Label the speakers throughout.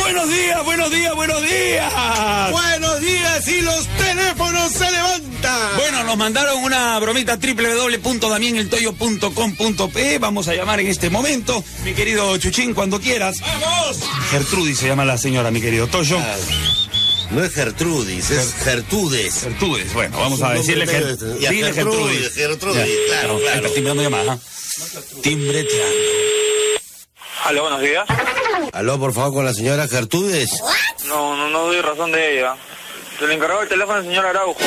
Speaker 1: Buenos días, buenos días, buenos días.
Speaker 2: Buenos días y los teléfonos se levantan.
Speaker 1: Bueno, nos mandaron una bromita www.damieneltoyo.com.pe. Vamos a llamar en este momento. Mi querido Chuchín, cuando quieras.
Speaker 2: ¡Vamos!
Speaker 1: Gertrudis se llama la señora, mi querido Toyo.
Speaker 3: No es Gertrudis, es Gertudes.
Speaker 1: Gertrudis, bueno, vamos
Speaker 3: Es un
Speaker 1: a
Speaker 3: nombre
Speaker 1: decirle
Speaker 3: medio
Speaker 1: Gert-
Speaker 3: de-
Speaker 1: dile
Speaker 3: Ya,
Speaker 1: Gertrudis.
Speaker 3: Gertrudis, Gertrudis,
Speaker 1: Ya.
Speaker 3: claro,
Speaker 1: Ahí
Speaker 3: claro.
Speaker 1: Está timbrando llamada. Timbre
Speaker 4: Aló, buenos días.
Speaker 3: Aló, por favor, con la señora Gertudes.
Speaker 4: No, no, no doy razón de ella. Se le encargó el teléfono al señor Araujo.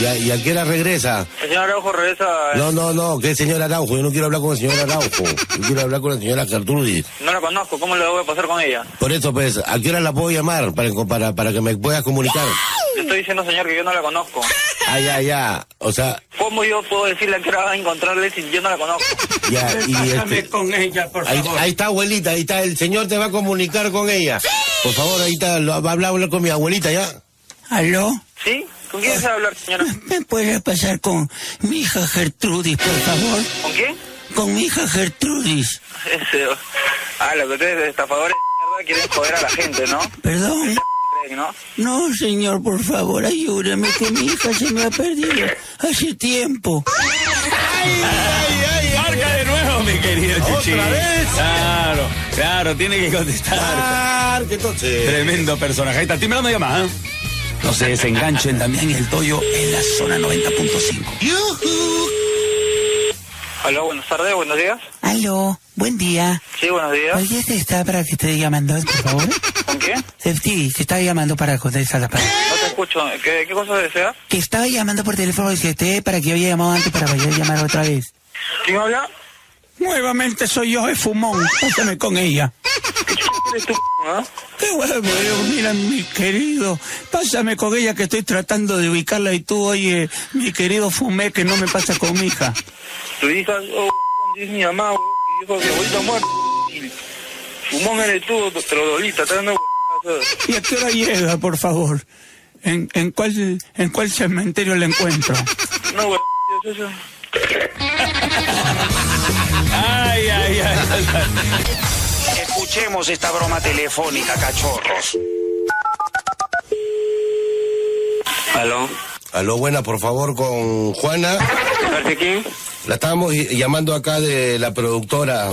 Speaker 3: ¿Y a, y a qué hora regresa?
Speaker 4: El señor Araujo regresa... eh,
Speaker 3: No, no, no, que es señor Araujo. Yo no quiero hablar con el señor Araujo. Yo quiero hablar con la señora Gertrudis.
Speaker 4: No la conozco, ¿cómo le voy a pasar con ella?
Speaker 3: Por eso, pues, ¿a qué hora la puedo llamar para, para, para que me puedas comunicar?
Speaker 4: Le estoy diciendo, señor, que yo no la conozco.
Speaker 3: Ah, ya, ya. O sea,
Speaker 4: ¿Cómo yo puedo decirle a qué hora va a encontrarle si yo no la conozco?
Speaker 3: ya. Y
Speaker 1: Pásame
Speaker 3: este,
Speaker 1: con ella, por
Speaker 3: ahí,
Speaker 1: favor.
Speaker 3: ahí está, abuelita, ahí está. El señor te va a comunicar con ella. Por favor, ahí está. Lo, va a hablar, hablar con mi abuelita, ¿ya?
Speaker 5: ¿Aló?
Speaker 4: ¿Sí? ¿Con quién desea hablar, señora?
Speaker 5: ¿Me puede pasar con mi hija Gertrudis, por favor?
Speaker 4: ¿Con quién?
Speaker 5: Con mi hija Gertrudis.
Speaker 4: Ese... Ah, los que ustedes estafadores de mierda quieren joder a la gente, ¿no?
Speaker 5: Perdón.
Speaker 4: ¿Creen, no?
Speaker 5: No, señor, por favor, ayúdame, que mi hija se me ha perdido hace tiempo.
Speaker 1: Marca de nuevo, mi querido Chuchín.
Speaker 3: vez?
Speaker 1: Claro, claro, tiene que contestar.
Speaker 2: Ah,
Speaker 3: entonces.
Speaker 1: Tremendo personaje. Ahí está timbrando llamada. ¿eh? No se desenganchen también el Toyo en la zona 90.5.
Speaker 4: Aló, buenas tardes, buenos días.
Speaker 5: Aló, buen día.
Speaker 4: Sí, buenos días.
Speaker 5: ¿Alguien se está para que esté llamando, por favor?
Speaker 4: ¿Con quién?
Speaker 5: Eh, Sí, se estaba llamando para contestar la palabra.
Speaker 4: No te escucho. ¿Qué, qué cosa desea?
Speaker 5: Que estaba llamando por teléfono y que usted para que yo haya llamado antes para volver a llamar otra vez.
Speaker 4: ¿Quién habla?
Speaker 5: Nuevamente soy yo, es fumón. Pásame con ella.
Speaker 4: ¿Eres tú, no?
Speaker 5: Qué huevo, eh, mira, mi querido. Pásame con ella que estoy tratando de ubicarla y tú, oye, mi querido fumé que no me pasa con mi hija.
Speaker 4: Tu hija, oh, es mi mamá, oh, y dijo que abuelita muerta. y Fumón eres tú, trodolita, estás dando
Speaker 5: ¿Y a qué hora llega, por favor? ¿En, en cuál, en cuál cementerio la encuentro?
Speaker 4: No, güey, es eso.
Speaker 1: Ay, ay, ay.
Speaker 6: Escuchemos esta broma telefónica, cachorros.
Speaker 4: Aló.
Speaker 3: Aló, buena, por favor, con Juana.
Speaker 4: ¿Parte quién?
Speaker 3: La estábamos y- llamando acá de la productora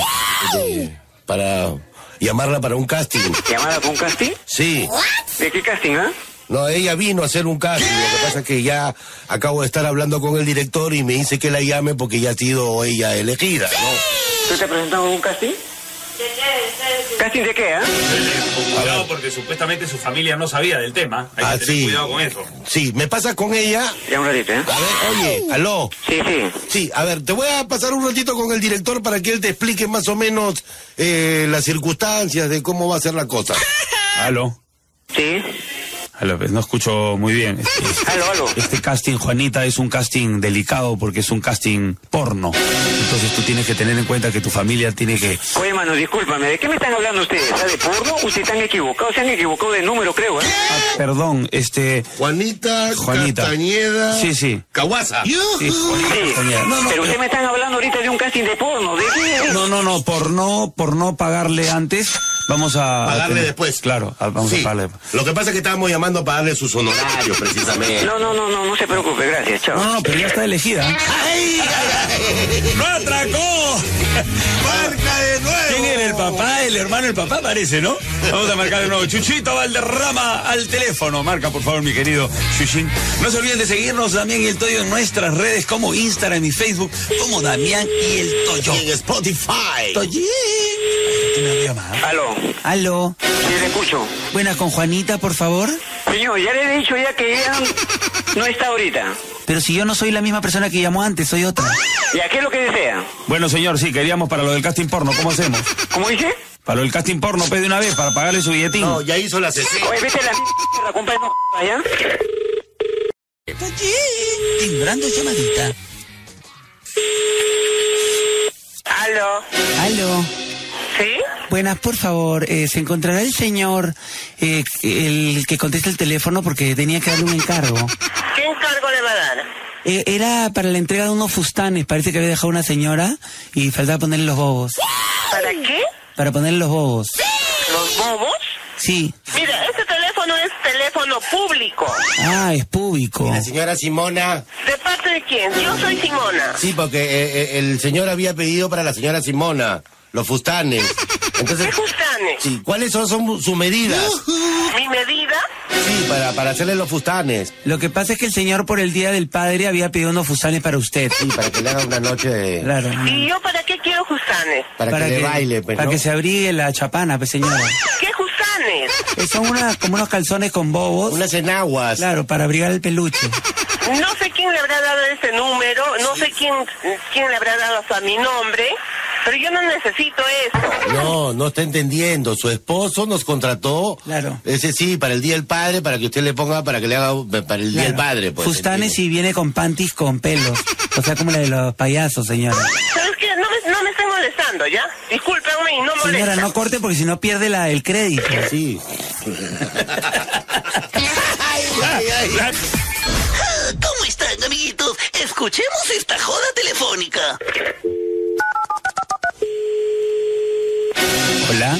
Speaker 3: de- para llamarla para un casting.
Speaker 4: ¿Llamada con casting?
Speaker 3: Sí.
Speaker 4: ¿De qué casting, ah?
Speaker 3: No, ella vino a hacer un casting. Lo que pasa es que ya acabo de estar hablando con el director y me dice que la llame porque ya ha sido ella elegida, ¿no?
Speaker 4: ¿Tú te presentado en un casting? ¿Casting de qué, ah?
Speaker 1: Cuidado porque supuestamente su familia no sabía del tema. Hay
Speaker 3: Ah,
Speaker 1: que tener
Speaker 3: sí.
Speaker 1: cuidado con eso.
Speaker 3: Sí, me pasa con ella.
Speaker 4: Ya un ratito, ¿eh?
Speaker 3: A ver, oye, aló.
Speaker 4: Sí, sí.
Speaker 3: Sí, a ver, te voy a pasar un ratito con el director para que él te explique más o menos eh, las circunstancias de cómo va a ser la cosa.
Speaker 1: Aló.
Speaker 4: Sí.
Speaker 1: Aló, pues, no escucho muy bien. Este,
Speaker 4: Aló, aló.
Speaker 1: este casting, Juanita, es un casting delicado porque es un casting porno. Entonces tú tienes que tener en cuenta que tu familia tiene que...
Speaker 4: Oye, mano, discúlpame, ¿de qué me están hablando ustedes? ¿Ah, de porno? Ustedes están equivocados, se han equivocado de número, creo, ¿eh?
Speaker 1: Ah, perdón, este...
Speaker 3: Juanita,
Speaker 1: Juanita.
Speaker 3: Castañeda.
Speaker 1: Sí, sí.
Speaker 3: Caguasa.
Speaker 1: sí, Juanita
Speaker 4: Sí.
Speaker 1: Castañeda. No, no,
Speaker 4: pero
Speaker 1: pero-
Speaker 4: ustedes me están hablando ahorita de un casting de porno, ¿de qué?
Speaker 1: No, no, no, por no, por no pagarle antes, vamos a... a
Speaker 3: Pagarle
Speaker 1: tener-
Speaker 3: después.
Speaker 1: Claro, a- vamos
Speaker 3: Sí.
Speaker 1: a pagarle.
Speaker 3: Lo que pasa es que estábamos llamando para darle sus honorarios, precisamente.
Speaker 4: No, no, no, no, no se preocupe, gracias, chao.
Speaker 1: No, no, no, pero ya está elegida. ¡No atracó!
Speaker 2: ¡Marca de nuevo!
Speaker 1: ¿Quién era el papá? El hermano, el papá parece, ¿no? Vamos a marcar de nuevo. Chuchito Valderrama al teléfono. Marca, por favor, mi querido Chuchín. No se olviden de seguirnos, Damián y el Toyo, en nuestras redes como Instagram y Facebook, como Damián y el Toyo.
Speaker 3: En Spotify.
Speaker 5: Oye.
Speaker 1: Tiene una llamada.
Speaker 4: Aló,
Speaker 5: Aló.
Speaker 4: sí, le escucho.
Speaker 5: Buena, con Juanita, por favor.
Speaker 4: Señor, ya le he dicho ya que ella no está ahorita.
Speaker 5: Pero si yo no soy la misma persona que llamó antes, soy otra.
Speaker 4: ¿Y a qué es lo que desea?
Speaker 1: Bueno, señor, sí, queríamos para lo del casting porno. ¿Cómo hacemos?
Speaker 4: ¿Cómo dice?
Speaker 1: Para lo del casting porno, pues de una vez, para pagarle su billetín.
Speaker 3: No, ya hizo la sesión.
Speaker 4: Oye, vete a la mierda, compadre, no allá.
Speaker 5: Timbrando llamadita.
Speaker 4: Aló,
Speaker 5: Aló.
Speaker 4: ¿sí?
Speaker 5: Buenas, por favor, eh, ¿se encontrará el señor, eh, el que contesta el teléfono porque tenía que darle un encargo?
Speaker 4: ¿Qué encargo le va a dar?
Speaker 5: Eh, era para la entrega de unos fustanes, parece que había dejado una señora y faltaba ponerle los bobos.
Speaker 4: ¿Para qué?
Speaker 5: Para ponerle los bobos.
Speaker 4: ¿Los bobos?
Speaker 5: Sí.
Speaker 4: Mira, este teléfono es teléfono público.
Speaker 5: Ah, es público.
Speaker 3: La señora Simona.
Speaker 4: ¿De parte de quién? Yo soy Simona.
Speaker 3: Sí, porque eh, eh, el señor había pedido para la señora Simona los fustanes. Entonces,
Speaker 4: ¿Qué fustanes?
Speaker 3: sí, ¿cuáles son, son sus medidas?
Speaker 4: ¿Mi medida?
Speaker 3: Sí, para, para hacerle los fustanes.
Speaker 5: Lo que pasa es que el señor por el Día del Padre había pedido unos fusanes para usted.
Speaker 3: Sí, para que le haga una noche de...
Speaker 5: Claro.
Speaker 1: Mm.
Speaker 4: ¿Y yo para qué quiero fustanes?
Speaker 3: Para, que, le baile, pues,
Speaker 5: para
Speaker 3: ¿no?
Speaker 5: que se abrigue la chapana, pues señora.
Speaker 4: ¿Qué fustanes?
Speaker 5: Eh, Son unas, como unos calzones con bobos.
Speaker 3: Unas enaguas.
Speaker 5: Claro, para abrigar el peluche.
Speaker 4: No sé quién le habrá dado ese número, no sé quién, quién le habrá dado hasta mi nombre, pero yo no necesito eso.
Speaker 3: No, no está entendiendo. Su esposo nos contrató.
Speaker 5: Claro.
Speaker 3: Ese sí, para el Día del Padre, para que usted le ponga, para que le haga, para el Día del
Speaker 5: Claro.
Speaker 3: Padre, pues.
Speaker 5: Fustanes
Speaker 3: ¿entiende?
Speaker 5: y viene con panties con pelos. O sea, como la de los payasos, señora.
Speaker 4: ¿Sabes qué? No me, no me estén molestando, ¿ya? Discúlpenme y no
Speaker 5: Señora,
Speaker 4: molesten.
Speaker 5: no corte porque si no pierde la, el crédito.
Speaker 3: Sí.
Speaker 7: ¿Cómo están, amiguitos? Escuchemos esta joda telefónica.
Speaker 5: Hola.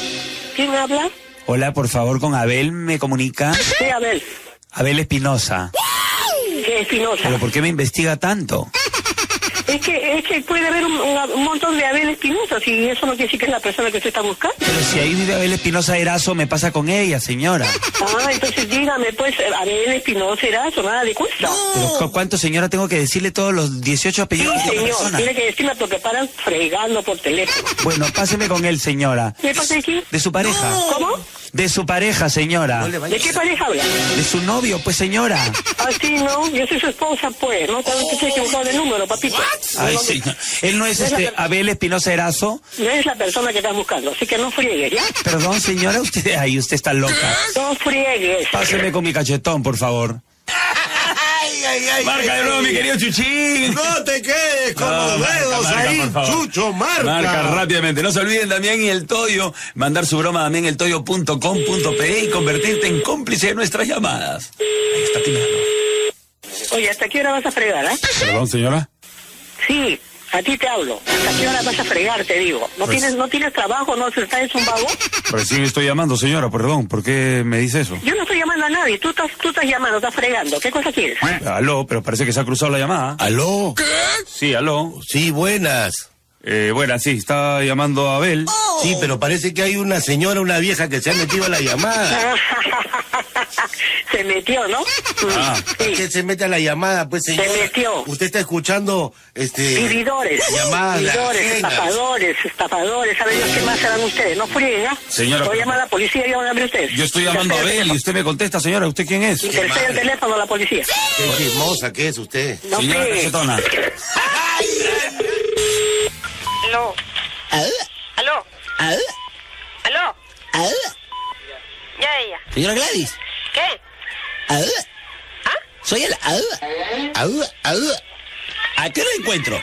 Speaker 4: ¿Quién habla?
Speaker 5: Hola, por favor, con Abel me comunica.
Speaker 4: Sí, Abel.
Speaker 5: Abel Espinosa.
Speaker 4: Que Espinosa.
Speaker 5: ¿Pero por qué me investiga tanto?
Speaker 4: Es que, es que puede haber un, un- un montón de Abel Espinosa, y eso no quiere decir que es la persona que usted está buscando.
Speaker 5: Pero si ahí vive Abel Espinosa Erazo, me pasa con ella, señora.
Speaker 4: Ah, entonces dígame, pues, Abel Espinosa era eso, nada de cuesta.
Speaker 5: Pero ¿cu- ¿Cuánto, señora, tengo que decirle todos los 18
Speaker 4: Sí,
Speaker 5: apellidos de esta
Speaker 4: señor,
Speaker 5: persona?
Speaker 4: tiene que decirme porque paran fregando por teléfono.
Speaker 5: Bueno, páseme con él, señora.
Speaker 4: ¿Me pasa aquí?
Speaker 5: De su pareja.
Speaker 4: ¿Cómo?
Speaker 5: De su pareja, señora.
Speaker 4: ¿De qué pareja habla?
Speaker 5: De su novio, pues, señora.
Speaker 4: Ah, sí, no, yo soy su esposa, pues, ¿no? Tal vez que se ha equivocado de número, papito.
Speaker 5: Ay,
Speaker 4: no,
Speaker 5: señor. Él no es este
Speaker 4: ah.
Speaker 5: Abel Espinosa Erazo.
Speaker 4: no es la persona que estás buscando, así que no friegues, ¿ya?
Speaker 5: Perdón, señora, usted, ay, usted está loca.
Speaker 4: No friegues.
Speaker 5: Páseme con mi cachetón, por favor.
Speaker 1: Marca de nuevo, mi querido Chuchín.
Speaker 2: No te quedes con
Speaker 1: No,
Speaker 2: los
Speaker 1: marca,
Speaker 2: dedos
Speaker 1: marca,
Speaker 2: ahí,
Speaker 1: por favor.
Speaker 2: Chucho, marca.
Speaker 1: Marca rápidamente. No se olviden Damián y el Toyo. Mandar su broma a damianeltoyo.com.pe y convertirte en cómplice de nuestras llamadas. Ahí está timbrado.
Speaker 4: Oye, ¿hasta qué hora vas a fregar, ah?
Speaker 1: Perdón, señora.
Speaker 4: Sí, a ti te hablo. ¿Hasta qué hora vas a fregar, te digo? ¿No tienes no tienes trabajo? ¿No estás un vago?
Speaker 1: Recién estoy llamando, señora, perdón. ¿Por qué me dice eso?
Speaker 4: Yo no estoy llamando a nadie, tú estás, tú estás llamando, estás fregando. ¿Qué cosa quieres?
Speaker 1: Aló, pero parece que se ha cruzado la llamada.
Speaker 3: ¿Aló?
Speaker 1: Sí, aló.
Speaker 3: Sí, buenas.
Speaker 1: Eh, bueno, sí, está llamando a Abel.
Speaker 3: Sí, pero parece que hay una señora, una vieja que se ha metido a la llamada.
Speaker 4: se metió, ¿no?
Speaker 1: Ah,
Speaker 3: ¿Por
Speaker 4: sí,
Speaker 3: qué se mete a la llamada, pues, señora?
Speaker 4: metió.
Speaker 3: Usted está escuchando, este...
Speaker 4: vividores,
Speaker 3: Llamadas
Speaker 4: vividores,
Speaker 3: ajenas.
Speaker 4: estafadores, estafadores, ¿saben Dios qué más serán ustedes? No fríen, ¿ah?
Speaker 1: Señora,
Speaker 4: Voy a
Speaker 1: pero-
Speaker 4: llamar a la policía y van a abrir ustedes.
Speaker 1: Yo estoy llamando a Abel y usted me contesta, señora. ¿Usted quién es?
Speaker 4: Intercede el teléfono a la policía.
Speaker 3: Qué chismosa que es usted.
Speaker 4: No
Speaker 1: Señora
Speaker 4: fríen.
Speaker 1: Cachetona.
Speaker 4: Aló. Aló.
Speaker 7: ¿Ah?
Speaker 4: Aló.
Speaker 7: ¿Ah?
Speaker 4: Ya ella.
Speaker 7: Señora Gladys.
Speaker 4: ¿Qué?
Speaker 7: ¿Ah? Soy el... ¿Ah? ¿Ah? ¿Ah? ¿A qué lo encuentro?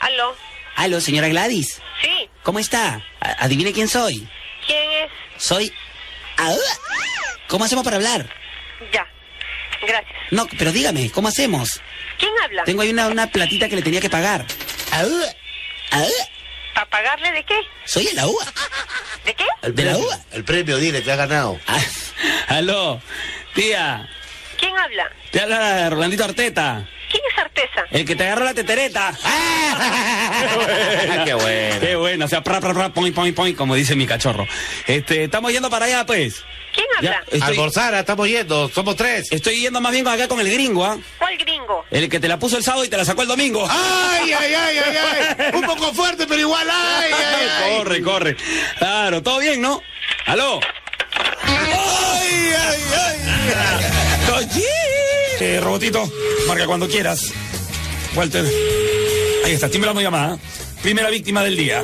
Speaker 4: Aló.
Speaker 7: Aló, señora Gladys.
Speaker 4: Sí.
Speaker 7: ¿Cómo está? A- adivine quién soy.
Speaker 4: ¿Quién es?
Speaker 7: Soy... ¿Ah? ¿Cómo hacemos para hablar?
Speaker 4: Ya. Gracias.
Speaker 7: No, pero dígame, ¿cómo hacemos?
Speaker 4: ¿Quién habla?
Speaker 7: Tengo ahí una, una platita que le tenía que pagar. ¿Ah? ¿Ah?
Speaker 4: ¿Para pagarle de qué?
Speaker 7: Soy el AUA.
Speaker 4: ¿De qué?
Speaker 3: El
Speaker 7: ¿De la
Speaker 3: premio,
Speaker 7: uva?
Speaker 3: el premio, dile, que ha ganado.
Speaker 7: Ah, Aló, tía,
Speaker 4: ¿Quién habla?
Speaker 7: te habla Rolandito Arteta,
Speaker 4: ¿Quién es Artesa?
Speaker 7: el que te agarró la tetereta.
Speaker 3: Qué bueno.
Speaker 7: Qué bueno, o sea, pra, pra, pra, poing, poing, poing, como dice mi cachorro. Este, estamos yendo para allá, pues.
Speaker 4: ¿Quién
Speaker 7: Ya,
Speaker 4: habla?
Speaker 7: estoy,
Speaker 3: Almorzar, estamos yendo, somos tres.
Speaker 7: estoy yendo más bien acá con el gringo, ¿ah?
Speaker 4: ¿Cuál gringo?
Speaker 7: El que te la puso el sábado y te la sacó el domingo.
Speaker 2: Ay, ay, ay, ay, ay. Un poco fuerte, pero igual, ay, ay, ay.
Speaker 7: corre, corre. Claro, todo bien, ¿no? Aló.
Speaker 2: Ay, ay, ay.
Speaker 1: Eh, robotito, marca cuando quieras. Walter. Ahí está, timbra muy llamada. Primera víctima del día.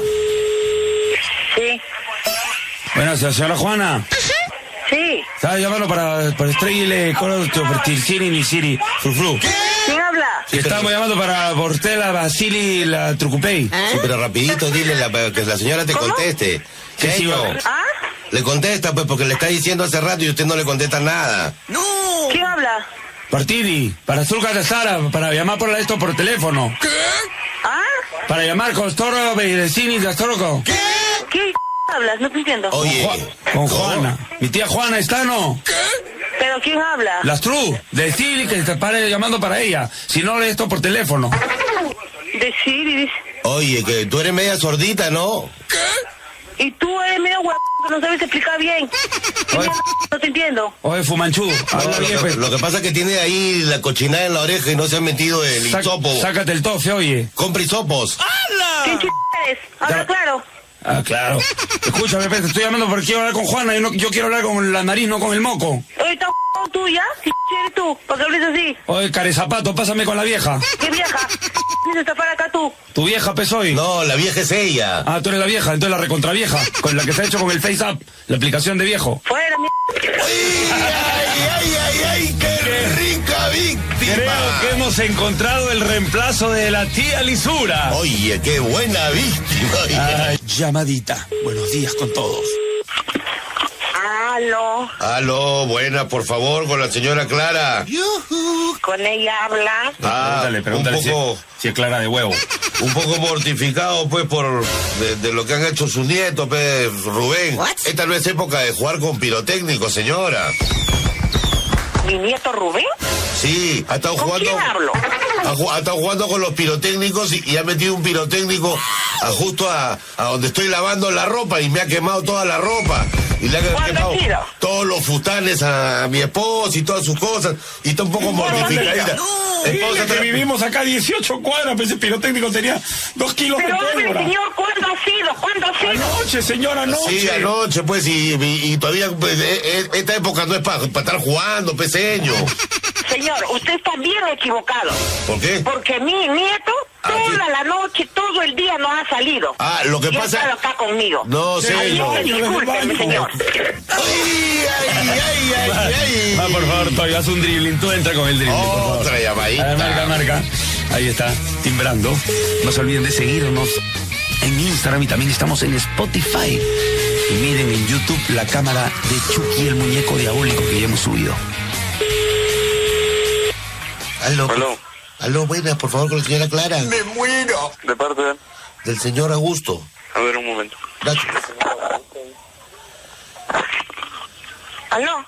Speaker 4: Sí.
Speaker 1: Bueno, señora Juana,
Speaker 4: Sí.
Speaker 1: ¿sabes llamarlo para, para Estrella Coro Tilsiri ni Siri Frufru?
Speaker 4: ¿Quién habla?
Speaker 1: Que Estamos llamando para Portela Basili la Trucupey.
Speaker 3: Sí, pero rapidito, dile la- que la señora te conteste. ¿Qué
Speaker 1: Sí, sí,
Speaker 3: hizo?
Speaker 1: va.
Speaker 4: ¿Ah?
Speaker 3: Le contesta, pues, porque le está diciendo hace rato y usted no le contesta nada.
Speaker 4: ¿Quién habla?
Speaker 1: Partili, para Zulka de Sara, para llamar por la- esto por teléfono.
Speaker 4: ¿Ah?
Speaker 1: Para llamar con Storo Beiresini de Astoroco.
Speaker 4: ¿Qué hablas? No te entiendo.
Speaker 3: Oye,
Speaker 5: Con Juana. Mi tía Juana está, ¿no?
Speaker 4: ¿Pero quién habla?
Speaker 5: Las True. Decirle que te pare llamando para ella. Si no, le esto por teléfono.
Speaker 4: De Siri, dice.
Speaker 3: oye, que tú eres media sordita, ¿no?
Speaker 4: Y tú eres medio guapo que no sabes explicar bien. ¿Qué
Speaker 5: Oye.
Speaker 4: mierda? No te entiendo.
Speaker 5: Oye, fumanchudo. Habla
Speaker 3: No,
Speaker 5: bien,
Speaker 3: lo,
Speaker 5: pues.
Speaker 3: que, lo que pasa es que tiene ahí la cochinada en la oreja y no se ha metido el
Speaker 5: Sac-
Speaker 3: hisopo.
Speaker 5: Sácate el tofe, oye.
Speaker 3: Compra hisopos.
Speaker 4: ¿Quién ch... eres? Habla
Speaker 5: Ya.
Speaker 4: claro.
Speaker 5: Ah, claro. Escúchame, pues, te estoy llamando porque quiero hablar con Juana. Yo, no- yo quiero hablar con la nariz, no con el moco.
Speaker 4: Ahorita tú ya, si eres tú, ¿por qué hablas así?
Speaker 5: Oye, carezapato, pásame con la vieja.
Speaker 4: ¿Qué vieja? ¿Quieres estar para acá tú?
Speaker 5: Tu vieja, pues, hoy.
Speaker 3: No, la vieja es ella.
Speaker 5: Ah, tú eres la vieja, entonces la recontravieja, con la que se ha hecho con el Face Up, la aplicación de viejo.
Speaker 4: Fuera, mierda.
Speaker 3: ¡Ay, ay, ay, ay! ¡Qué rica
Speaker 1: Creo
Speaker 3: víctima!
Speaker 1: que hemos encontrado el reemplazo de la tía Lisura.
Speaker 3: Oye, qué buena víctima. oye.
Speaker 1: llamadita. Buenos días con todos.
Speaker 4: Aló,
Speaker 3: Aló, buena, por favor, con la señora Clara.
Speaker 4: con ella habla.
Speaker 3: Ah, un poco,
Speaker 1: si, si es clara de huevo.
Speaker 3: un poco mortificado, pues, por de, de lo que han hecho sus nietos, pues, Rubén.
Speaker 7: What?
Speaker 3: Esta no es época de jugar con pirotécnico, señora.
Speaker 4: ¿Mi nieto Rubén?
Speaker 3: Sí, ha estado
Speaker 4: ¿Con
Speaker 3: jugando.
Speaker 4: quién hablo?
Speaker 3: Ha, ju- ha estado jugando con los pirotécnicos y, y ha metido un pirotécnico a- justo a, a donde estoy lavando la ropa y me ha quemado toda la ropa. Y le ha
Speaker 4: ¿Cuál
Speaker 3: quemado
Speaker 4: metido?
Speaker 3: todos los fustanes a, mi esposa y todas sus cosas. Y está un poco mortificadita. Esposa,
Speaker 5: que
Speaker 3: tra-
Speaker 5: vivimos acá 18 cuadras, pues ese pirotécnico tenía dos kilos de
Speaker 4: Pero hombre,
Speaker 5: pólvora.
Speaker 4: señor, ¿cuándo ha sido? ¿Cuándo ha sido?
Speaker 5: Anoche, señora,
Speaker 3: Sí,
Speaker 5: anoche.
Speaker 3: anoche, pues, y, y- y todavía pues, e- e- esta época no es para estar jugando, pues, peseño.
Speaker 4: Señor, usted está bien equivocado.
Speaker 3: ¿Por qué?
Speaker 4: Porque mi nieto
Speaker 3: Ah, sí.
Speaker 4: toda la noche, todo el día no ha salido.
Speaker 3: Ah, lo que
Speaker 4: Y ha
Speaker 3: pasa-
Speaker 4: estado acá conmigo.
Speaker 3: No,
Speaker 4: Ay,
Speaker 3: señor.
Speaker 4: ay, discúlpeme, señor.
Speaker 3: Ay, ay, ay, ay, ay.
Speaker 1: Ah, por favor, Toyo, haz un dribbling. Tú entra con el dribbling, por favor.
Speaker 3: Otra
Speaker 1: A ver,
Speaker 3: llamadita.
Speaker 1: marca, marca. Ahí está, timbrando. No se olviden de seguirnos en Instagram y también estamos en Spotify. Y miren en YouTube la cámara de Chucky, el muñeco diabólico que ya hemos subido.
Speaker 3: Aló. pues.
Speaker 8: Aló.
Speaker 3: Aló, buenas, por favor, con la señora Clara.
Speaker 8: De parte de...
Speaker 3: Del señor Augusto.
Speaker 8: A ver, un momento.
Speaker 3: Gracias.
Speaker 4: Aló,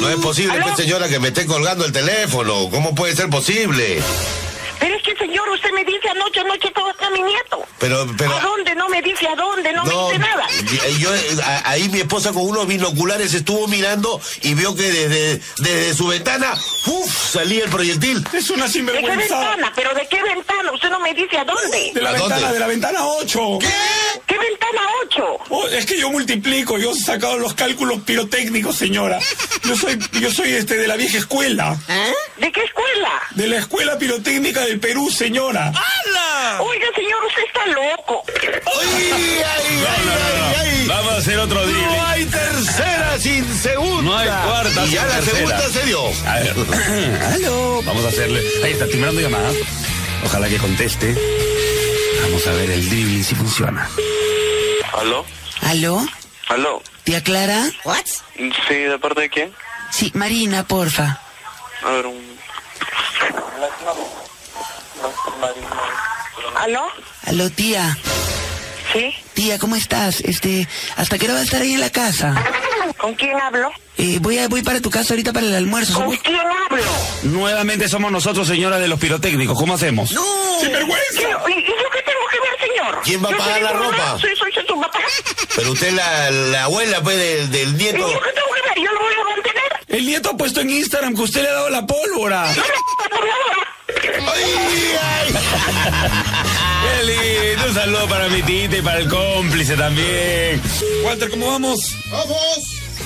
Speaker 3: No es posible, pues, señora, que me esté colgando el teléfono. ¿Cómo puede ser posible?
Speaker 4: pero es que señor, usted me dice anoche, anoche todo está mi nieto.
Speaker 3: Pero, pero.
Speaker 4: ¿A dónde? No me dice a dónde, Ah, no, me dice nada.
Speaker 3: y- yo, eh, a- ahí mi esposa con unos binoculares estuvo mirando y vio que desde, desde su ventana, uff, salía el proyectil.
Speaker 5: Es una
Speaker 4: ¿De qué
Speaker 5: sinvergüenza.
Speaker 4: ventana? ¿Pero de qué ventana? Usted no me dice a dónde.
Speaker 5: De la
Speaker 3: ¿A dónde?
Speaker 5: ventana, de la ventana 8.
Speaker 4: ¿Qué ventana 8?
Speaker 5: Oh, es que yo multiplico, yo he sacado los cálculos pirotécnicos, señora. Yo soy, yo soy este de la vieja escuela,
Speaker 7: ¿Ah?
Speaker 4: ¿De qué escuela?
Speaker 5: de la escuela pirotécnica del Perú, señora.
Speaker 4: Oiga, señor, usted está loco.
Speaker 3: ¡Ay, ay, ay, ay!
Speaker 1: Vamos a hacer otro ¿eh?
Speaker 3: No hay tercera sin segunda.
Speaker 1: No hay cuarta
Speaker 3: Y ya
Speaker 1: sin
Speaker 3: la
Speaker 1: tercera.
Speaker 3: segunda se dio.
Speaker 1: A ver. Aló. Vamos a hacerle. Ahí está, timbrando llamada. Ojalá que conteste. Vamos a ver el dribbling si funciona.
Speaker 8: ¿Aló?
Speaker 9: ¿Aló?
Speaker 8: ¿Aló?
Speaker 9: ¿Tía Clara?
Speaker 7: ¿What?
Speaker 8: Sí, ¿de parte de quién?
Speaker 9: Sí, Marina, porfa.
Speaker 8: A ver, un...
Speaker 4: ¿Aló?
Speaker 9: Aló, tía.
Speaker 4: ¿Sí?
Speaker 9: Tía, ¿cómo estás? Este, ¿hasta qué hora vas a estar ahí en la casa?
Speaker 4: ¿Con quién hablo?
Speaker 9: Eh, voy, a, voy para tu casa ahorita para el almuerzo.
Speaker 4: ¿Con
Speaker 9: Somos-
Speaker 4: quién hablo?
Speaker 1: Nuevamente somos nosotros, señora de los pirotécnicos. ¿Cómo hacemos?
Speaker 4: ¿Qué- ¿Y, y yo qué tengo que ver, señor?
Speaker 3: ¿Quién va a
Speaker 4: Yo
Speaker 3: pagar
Speaker 4: soy
Speaker 3: la
Speaker 4: su mamá,
Speaker 3: ropa?
Speaker 4: Soy, soy, soy su papá.
Speaker 3: Pero usted la, la abuela, pues, del, del
Speaker 4: ¿Y
Speaker 3: nieto.
Speaker 4: yo qué tengo que ver? ¿Yo lo voy a mantener?
Speaker 5: El nieto ha puesto en Instagram que usted le ha dado la pólvora.
Speaker 4: ¡No me por favor!
Speaker 3: ¡Ay, ay!
Speaker 1: Qué lindo. Un saludo para mi tita y para el cómplice también. Walter, ¿cómo vamos?
Speaker 3: ¡Vamos!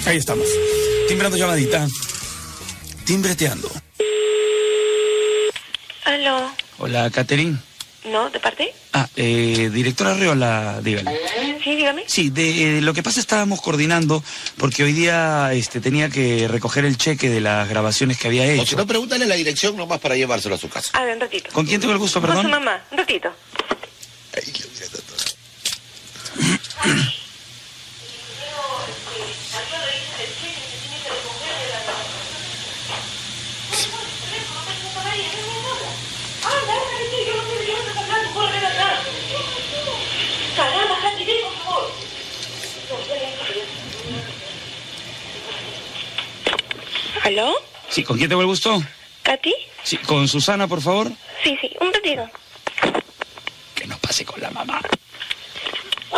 Speaker 5: Ahí estamos.
Speaker 1: Timbrando llamadita. Timbreteando.
Speaker 10: Aló,
Speaker 5: Hola, Caterín.
Speaker 10: ¿no? ¿De parte?
Speaker 5: Ah, eh, directora Reola, dígale.
Speaker 10: Sí, dígame.
Speaker 5: Sí, de, eh, lo que pasa estábamos coordinando porque hoy día este, tenía que recoger el cheque de las grabaciones que había
Speaker 7: O si
Speaker 5: hecho.
Speaker 7: no, pregúntale la dirección nomás para llevárselo a su casa.
Speaker 10: A ver, un ratito.
Speaker 4: Ah,
Speaker 5: ¿Con quién tengo el gusto,
Speaker 10: Con su
Speaker 5: perdón?
Speaker 10: mamá, un ratito. ¿Aló?
Speaker 1: Sí, ¿con quién tengo el gusto?
Speaker 10: ¿Katy?
Speaker 1: Sí, con Susana, por favor.
Speaker 10: Sí, sí, un ratito.
Speaker 1: Que nos pase con la mamá.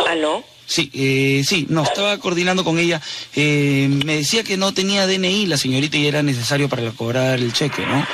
Speaker 10: ¿Aló?
Speaker 1: Sí, eh, sí, no, estaba coordinando con ella. Eh, me decía que no tenía DNI la señorita y era necesario para cobrar el cheque, ¿no?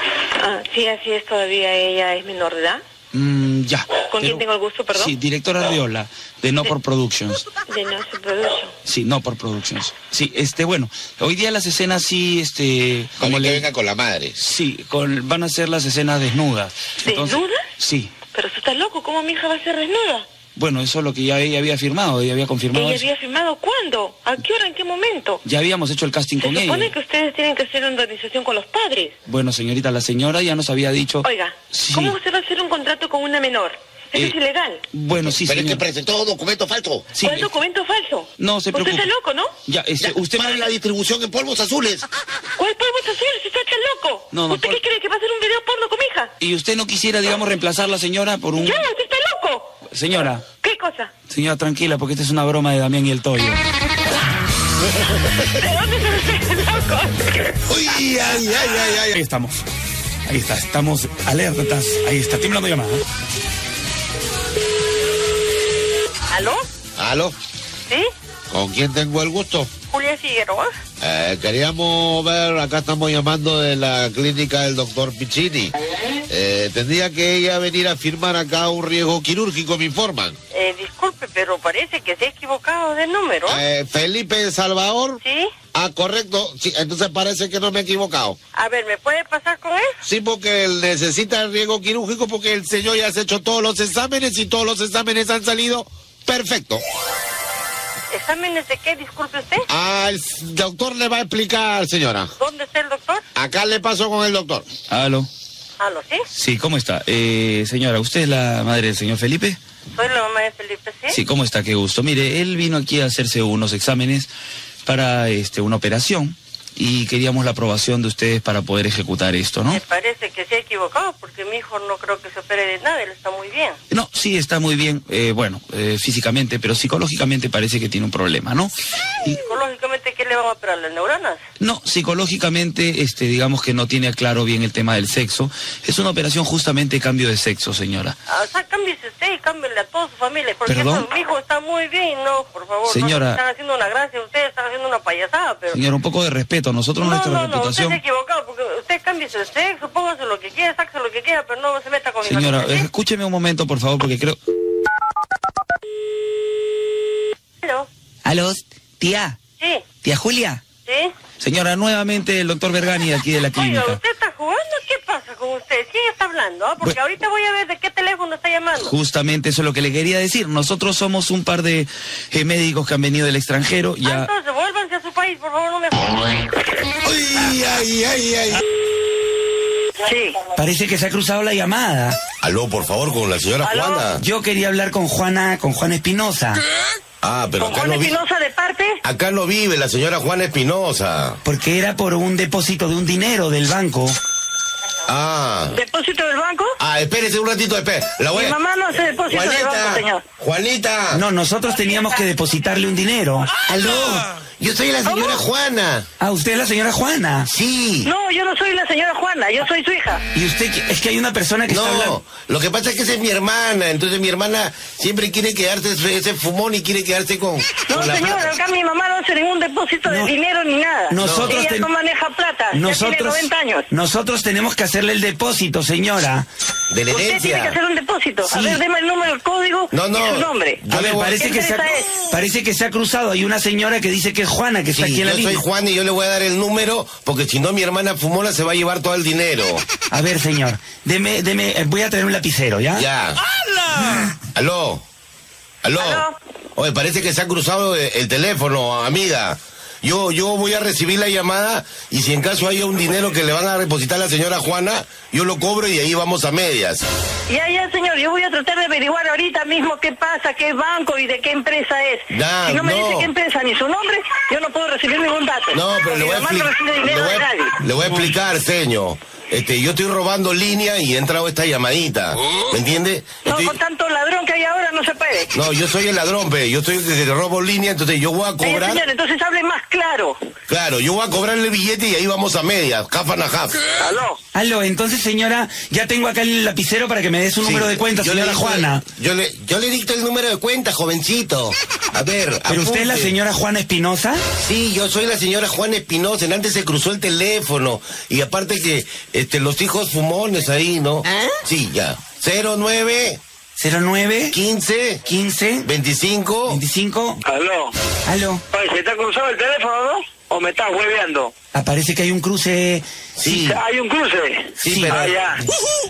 Speaker 10: Ah, sí, así es, todavía ella es menor de edad.
Speaker 1: Mm, ya. Pero-
Speaker 10: ¿Con quién tengo el gusto, perdón?
Speaker 1: Sí, directora Riola, de No Por Productions.
Speaker 10: De Nancy Production.
Speaker 1: Sí, No Por Productions. Sí, este, bueno, hoy día las escenas sí, este... Como le venga
Speaker 11: con la madre.
Speaker 1: Sí, con, van a ser las escenas desnudas. Entonces-
Speaker 10: ¿Desnuda?
Speaker 1: Sí.
Speaker 10: Pero tú estás loco, ¿cómo mi hija va a ser desnuda?
Speaker 1: Bueno, eso es lo que ya ella había firmado, ella había confirmado
Speaker 10: ¿Ella
Speaker 1: eso.
Speaker 10: había firmado cuándo? ¿A qué hora? ¿En qué momento?
Speaker 1: Ya habíamos hecho el casting
Speaker 10: Se
Speaker 1: con
Speaker 10: supone
Speaker 1: ella.
Speaker 10: que ustedes tienen que hacer una organización con los padres.
Speaker 1: Bueno, señorita, la señora ya nos había dicho...
Speaker 10: Oiga,
Speaker 1: Sí.
Speaker 10: ¿cómo usted va a hacer un contrato con una menor? Eso
Speaker 1: Eh,
Speaker 10: es ilegal.
Speaker 1: Bueno, sí,
Speaker 11: Pero es
Speaker 1: señor.
Speaker 11: que presentó documento falso.
Speaker 1: Sí, eh,
Speaker 10: ¿Cuál documento falso?
Speaker 1: No se
Speaker 10: Usted
Speaker 1: preocupe.
Speaker 10: está loco, ¿no?
Speaker 1: Ya, este,
Speaker 11: Ya,
Speaker 1: usted...
Speaker 11: para la distribución en polvos azules.
Speaker 10: ¿Cuál polvo está haciendo? Si está tan loco.
Speaker 1: No, no,
Speaker 10: ¿Usted
Speaker 1: por-
Speaker 10: qué cree que va a hacer un video porno con mi hija?
Speaker 1: Y usted no quisiera, digamos, reemplazar a la señora por un...
Speaker 10: ¡Ya, usted está loco!
Speaker 1: Señora,
Speaker 10: ¿Qué cosa?
Speaker 1: señora, tranquila, porque esta es una broma de Damián y el Toyo.
Speaker 10: ¿De dónde se usted loco?
Speaker 1: Uy, ay, ay, ay, ay. Ahí estamos. Ahí está, estamos alertas. Ahí está, timbrando llamada.
Speaker 4: ¿Aló?
Speaker 11: ¿Aló?
Speaker 4: ¿Sí?
Speaker 11: ¿Con quién tengo el gusto?
Speaker 4: Julia Figueroa.
Speaker 11: Eh, queríamos ver, acá estamos llamando de la clínica del doctor Piccini. Eh, tendría que ella venir a firmar acá un riesgo quirúrgico, me informan.
Speaker 4: Eh, disculpe, pero parece que se ha equivocado de número.
Speaker 1: ¿Ah?
Speaker 11: Eh, Felipe Salvador.
Speaker 4: ¿Sí?
Speaker 11: Ah, correcto. Sí, entonces parece que no me he equivocado.
Speaker 4: A ver, ¿me puede pasar con él?
Speaker 11: Sí, porque él necesita el riesgo quirúrgico porque el señor ya se ha hecho todos los exámenes y todos los exámenes han salido perfecto.
Speaker 4: ¿Exámenes de qué? Disculpe usted.
Speaker 11: Ah, el s- doctor le va a explicar, señora.
Speaker 4: ¿Dónde está el doctor? Ah,
Speaker 11: Acá le paso con el doctor.
Speaker 1: Aló.
Speaker 4: ¿Aló, sí?
Speaker 1: Sí, ¿cómo está? Eh, señora, ¿usted es la madre del señor Felipe?
Speaker 4: Soy la mamá de Felipe, ¿sí?
Speaker 1: Sí, ¿cómo está? Qué gusto. Mire, él vino aquí a hacerse unos exámenes para este, una operación y queríamos la aprobación de ustedes para poder ejecutar esto, ¿no?
Speaker 4: Me parece que se ha equivocado porque mi hijo no creo que se opere de nada, él está muy bien.
Speaker 1: No, sí, está muy bien, eh, bueno, eh, físicamente, pero psicológicamente parece que tiene un problema, ¿no? Y-
Speaker 4: Psicológicamente, ¿qué le van a operar? ¿Las neuronas?
Speaker 1: No, psicológicamente, este, digamos que no tiene claro bien el tema del sexo. Es una operación justamente de cambio de sexo, señora.
Speaker 4: Ah, O sea, cámbiese usted y cámbienle a toda su familia. Porque
Speaker 1: ¿Perdón?
Speaker 4: eso, mi hijo está muy bien, no, por favor. no,
Speaker 1: Señora.
Speaker 4: están haciendo una gracia, ustedes están haciendo una payasada, pero...
Speaker 1: Señora, un poco de respeto. Nosotros,
Speaker 4: No,
Speaker 1: nuestra
Speaker 4: no, no, usted
Speaker 1: reputación.
Speaker 4: se ha equivocado, porque usted cámbiese el sexo, póngase lo que quiera, sáquese lo que quiera, pero no se meta con mi
Speaker 1: Señora,
Speaker 4: familia,
Speaker 1: eh,
Speaker 4: ¿sí?
Speaker 1: escúcheme un momento, por favor, porque creo.
Speaker 4: Pero,
Speaker 9: Aló, tía,
Speaker 4: Sí,
Speaker 9: tía Julia.
Speaker 4: sí.
Speaker 1: Señora, nuevamente el doctor Bergani de aquí de la
Speaker 4: Oiga,
Speaker 1: clínica.
Speaker 4: ¿usted está jugando? ¿Qué pasa con usted? ¿Quién está hablando? ah? Porque
Speaker 1: Bueno.
Speaker 4: ahorita voy a ver de qué teléfono está llamando.
Speaker 1: Justamente eso es lo que le quería decir. Nosotros somos un par de eh, médicos que han venido del extranjero.
Speaker 4: Ah,
Speaker 1: Ya.
Speaker 4: entonces, vuélvanse a su país, por favor, no me jodan. Sí.
Speaker 5: Parece que se ha cruzado la llamada.
Speaker 3: Aló, por favor, con la señora
Speaker 4: Aló.
Speaker 3: Juana.
Speaker 5: Yo quería hablar con Juana, con Juana Espinosa.
Speaker 3: Ah, pero
Speaker 4: ¿Con
Speaker 3: acá
Speaker 4: Juan
Speaker 3: no, vi-
Speaker 4: Espinosa de parte?
Speaker 3: acá no vive la señora Juana Espinosa.
Speaker 5: Porque era por un depósito de un dinero del banco.
Speaker 3: Ah.
Speaker 4: ¿Depósito del banco?
Speaker 3: Ah, espérese un ratito, espérese. La voy
Speaker 4: Mi
Speaker 3: a-
Speaker 4: mamá no hace depósito del banco, señor.
Speaker 3: Juanita.
Speaker 5: No, nosotros teníamos que depositarle un dinero.
Speaker 4: Ah.
Speaker 3: Aló. Yo soy la señora Juana.
Speaker 5: Ah, usted es la señora Juana.
Speaker 3: Sí.
Speaker 4: No, yo no soy la señora Juana, yo soy su hija.
Speaker 5: Y usted, que- es que hay una persona que está
Speaker 3: No,
Speaker 5: hablando.
Speaker 3: lo que pasa es que esa es mi hermana, entonces mi hermana siempre quiere quedarse ese- ese fumón y quiere quedarse con,
Speaker 4: No,
Speaker 3: con la
Speaker 4: señor,
Speaker 3: plata.
Speaker 4: acá mi mamá no hace ningún depósito de
Speaker 5: No.
Speaker 4: dinero ni nada.
Speaker 5: Nosotros
Speaker 4: Ella
Speaker 5: ten-
Speaker 4: no maneja plata, ya tiene
Speaker 5: Nosotros,
Speaker 4: 90 años.
Speaker 5: nosotros tenemos que hacerle el depósito, señora.
Speaker 3: de la
Speaker 4: Usted tiene que
Speaker 3: herencia.
Speaker 4: hacer un depósito. A
Speaker 5: Sí.
Speaker 4: ver, deme el número, el código
Speaker 3: No, no.
Speaker 4: y su nombre.
Speaker 3: Yo
Speaker 5: A
Speaker 3: le
Speaker 5: ver,
Speaker 3: voy a-
Speaker 5: parece
Speaker 4: ¿Qué
Speaker 5: que, se ha,
Speaker 4: empresa es?
Speaker 5: parece que se ha cruzado. Hay una señora que dice que es Juana, que está
Speaker 3: Sí,
Speaker 5: aquí en la
Speaker 3: yo soy
Speaker 5: línea.
Speaker 3: Juan y yo le voy a dar el número porque si no mi hermana fumona se va a llevar todo el dinero.
Speaker 5: A ver, señor, deme, deme, eh, voy a traer un lapicero,
Speaker 4: Ah.
Speaker 5: ¿ya?
Speaker 3: Ya. Aló. Aló.
Speaker 4: Aló.
Speaker 3: Oye, parece que se ha cruzado e- el teléfono, amiga. Yo, yo voy a recibir la llamada y si en caso haya un dinero que le van a depositar a la señora Juana, yo lo cobro y ahí vamos a medias.
Speaker 4: Ya, ya, señor, yo voy a tratar de averiguar ahorita mismo qué pasa, qué banco y de qué empresa es.
Speaker 3: Ya,
Speaker 4: si no me
Speaker 3: no.
Speaker 4: dice qué empresa ni su nombre, yo no puedo recibir ningún dato.
Speaker 3: No, pero
Speaker 4: Porque
Speaker 3: le voy a
Speaker 4: mi mamá no
Speaker 3: explicar.
Speaker 4: recibe
Speaker 3: Le,
Speaker 4: dinero
Speaker 3: voy
Speaker 4: de
Speaker 3: a-
Speaker 4: nadie.
Speaker 3: le voy a explicar, señor. este, yo estoy robando línea y he entrado esta llamadita. ¿Me entiendes?
Speaker 4: No, con tanto ladrón que hay ahora no se puede.
Speaker 3: No, yo soy el ladrón, pe. Yo estoy que te robo línea, entonces yo voy a
Speaker 4: Oye,
Speaker 3: cobrar.
Speaker 4: señor, entonces hable más claro.
Speaker 3: Claro, yo voy a cobrarle el billete y ahí vamos a medias, half and a half.
Speaker 4: Aló.
Speaker 5: Aló, entonces señora, ya tengo acá el lapicero para que me dé su número de cuenta,
Speaker 3: Yo le
Speaker 5: señora
Speaker 3: dicto-
Speaker 5: Juana.
Speaker 3: Yo le, yo le dicto el número de cuenta, jovencito. A ver.
Speaker 5: ¿Pero usted es la
Speaker 3: apunte.
Speaker 5: señora Juana Espinosa?
Speaker 3: Sí, yo soy la señora Juana Espinosa. en Antes se cruzó el teléfono. Y aparte que este, los hijos fumones ahí, ¿no? Sí, ya. 09.
Speaker 5: 09
Speaker 3: 15
Speaker 5: 15
Speaker 3: 25
Speaker 5: 25
Speaker 8: Aló.
Speaker 5: Aló.
Speaker 8: Oye, ¿se te ha cruzado el teléfono, no? ¿O me estás hueveando?
Speaker 5: Aparece Ah, que hay un cruce.
Speaker 3: Sí.
Speaker 8: Hay un cruce.
Speaker 5: Sí, pero-
Speaker 8: Ah, ya.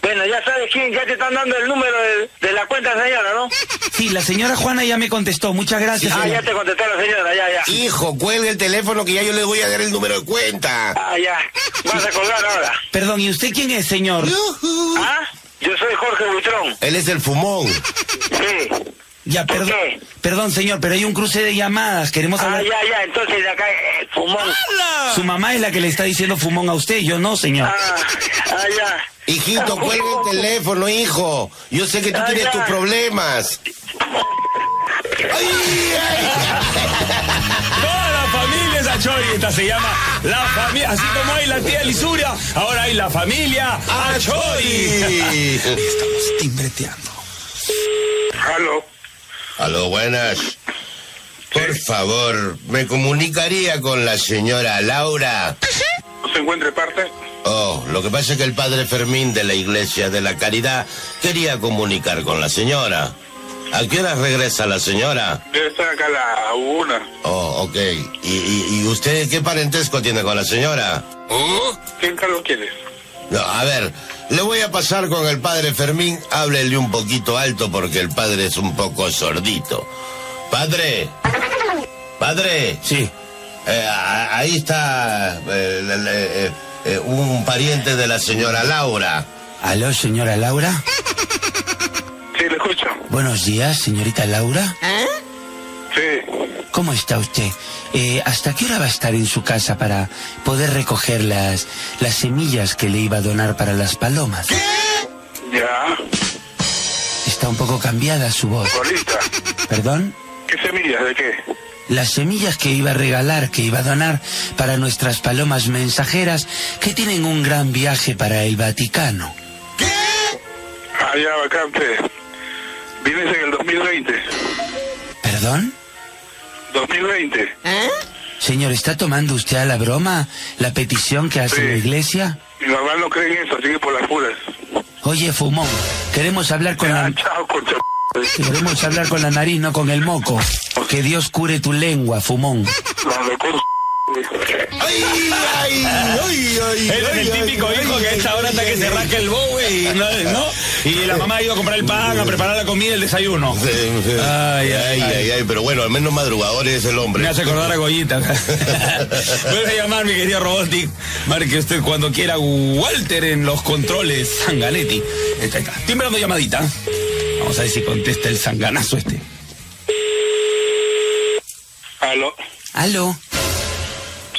Speaker 8: Bueno, ya sabes quién, ya te están dando el número de, de la cuenta, señora, ¿no?
Speaker 5: Sí, la señora Juana ya me contestó. Muchas gracias.
Speaker 8: Ah, ya
Speaker 5: señora.
Speaker 8: te contestó la señora, ya, ya.
Speaker 3: Hijo, cuelga el teléfono que ya yo le voy a dar el número de cuenta.
Speaker 8: Ah, ya. Vas a colgar ahora.
Speaker 5: Perdón, ¿y usted quién es, señor?
Speaker 8: ¿Ah? Yo soy Jorge Buitrón.
Speaker 3: Él es el fumón.
Speaker 8: Sí.
Speaker 5: Ya,
Speaker 8: ¿Por
Speaker 5: perdón.
Speaker 8: qué?
Speaker 5: Perdón, señor, pero hay un cruce de llamadas. Queremos
Speaker 8: Ah,
Speaker 5: hablar.
Speaker 8: ya, ya. Entonces de acá, eh, fumón.
Speaker 5: Su mamá es la que le está diciendo fumón a usted, yo no, señor.
Speaker 8: Ah, ah, ya.
Speaker 3: Hijito, cuelga el teléfono, hijo. Yo sé que tú
Speaker 8: Ah,
Speaker 3: tienes
Speaker 8: ya.
Speaker 3: tus problemas.
Speaker 1: Toda la familia es Achoy, se llama la familia. Así como hay la tía Lisuria, ahora hay la familia Achoy.
Speaker 5: Estamos timbreteando.
Speaker 8: Aló.
Speaker 3: Aló, buenas. Por favor, me comunicaría con la señora Laura.
Speaker 8: ¿Se encuentra parte?
Speaker 3: Oh, lo que pasa es que el padre Fermín de la Iglesia de la Caridad quería comunicar con la señora. ¿A qué hora regresa la señora?
Speaker 8: Debe estar acá la una.
Speaker 3: Oh, ok. ¿Y, y- y usted qué parentesco tiene con la señora?
Speaker 8: ¿Quién Carlos quieres?
Speaker 3: No, a ver, le voy a pasar con el padre Fermín. Háblele un poquito alto porque el padre es un poco sordito. Padre. Padre.
Speaker 5: Sí.
Speaker 3: Eh, a- ahí está eh, le- le- eh, eh, un pariente de la señora Laura.
Speaker 5: Aló, señora Laura.
Speaker 8: Sí, le escucho.
Speaker 5: Buenos días, señorita Laura.
Speaker 8: Sí.
Speaker 5: ¿Cómo está usted? Eh, ¿Hasta qué hora va a estar en su casa para poder recoger las, las semillas que le iba a donar para las palomas?
Speaker 8: Ya.
Speaker 5: Está un poco cambiada su voz.
Speaker 8: Solita.
Speaker 5: ¿Perdón?
Speaker 8: ¿Qué semillas? ¿De qué?
Speaker 5: Las semillas que iba a regalar, que iba a donar para nuestras palomas mensajeras que tienen un gran viaje para el Vaticano.
Speaker 8: Ah, ya, vacante. Vienes en el 2020.
Speaker 5: ¿Perdón?
Speaker 8: 2020.
Speaker 5: Señor, ¿está tomando usted a la broma la petición que hace
Speaker 8: Sí.
Speaker 5: la iglesia?
Speaker 8: Mi mamá no cree en eso, así que por las puras.
Speaker 5: Oye, fumón, queremos hablar con
Speaker 8: Ah,
Speaker 5: la...
Speaker 8: chao, concha.
Speaker 5: Queremos hablar con la nariz, no con el moco. Que Dios cure tu lengua, fumón.
Speaker 8: La locura.
Speaker 1: Él es el típico hijo que a esta hora está que se rasca el bowe y no, ¿no? Y la mamá ha ido a comprar el pan, a preparar la comida y el desayuno.
Speaker 3: Sí, sí.
Speaker 1: Ay, ay,
Speaker 3: ay, ay, pero bueno, al menos madrugador es el hombre.
Speaker 1: Me hace acordar a Goyita. Vuelve a llamar, mi querido Robotic. Marque usted cuando quiera Walter en los controles. Sanganetti. Está, está. Timbrando llamadita. Vamos a ver si contesta el sanganazo este.
Speaker 8: Aló.
Speaker 5: Aló,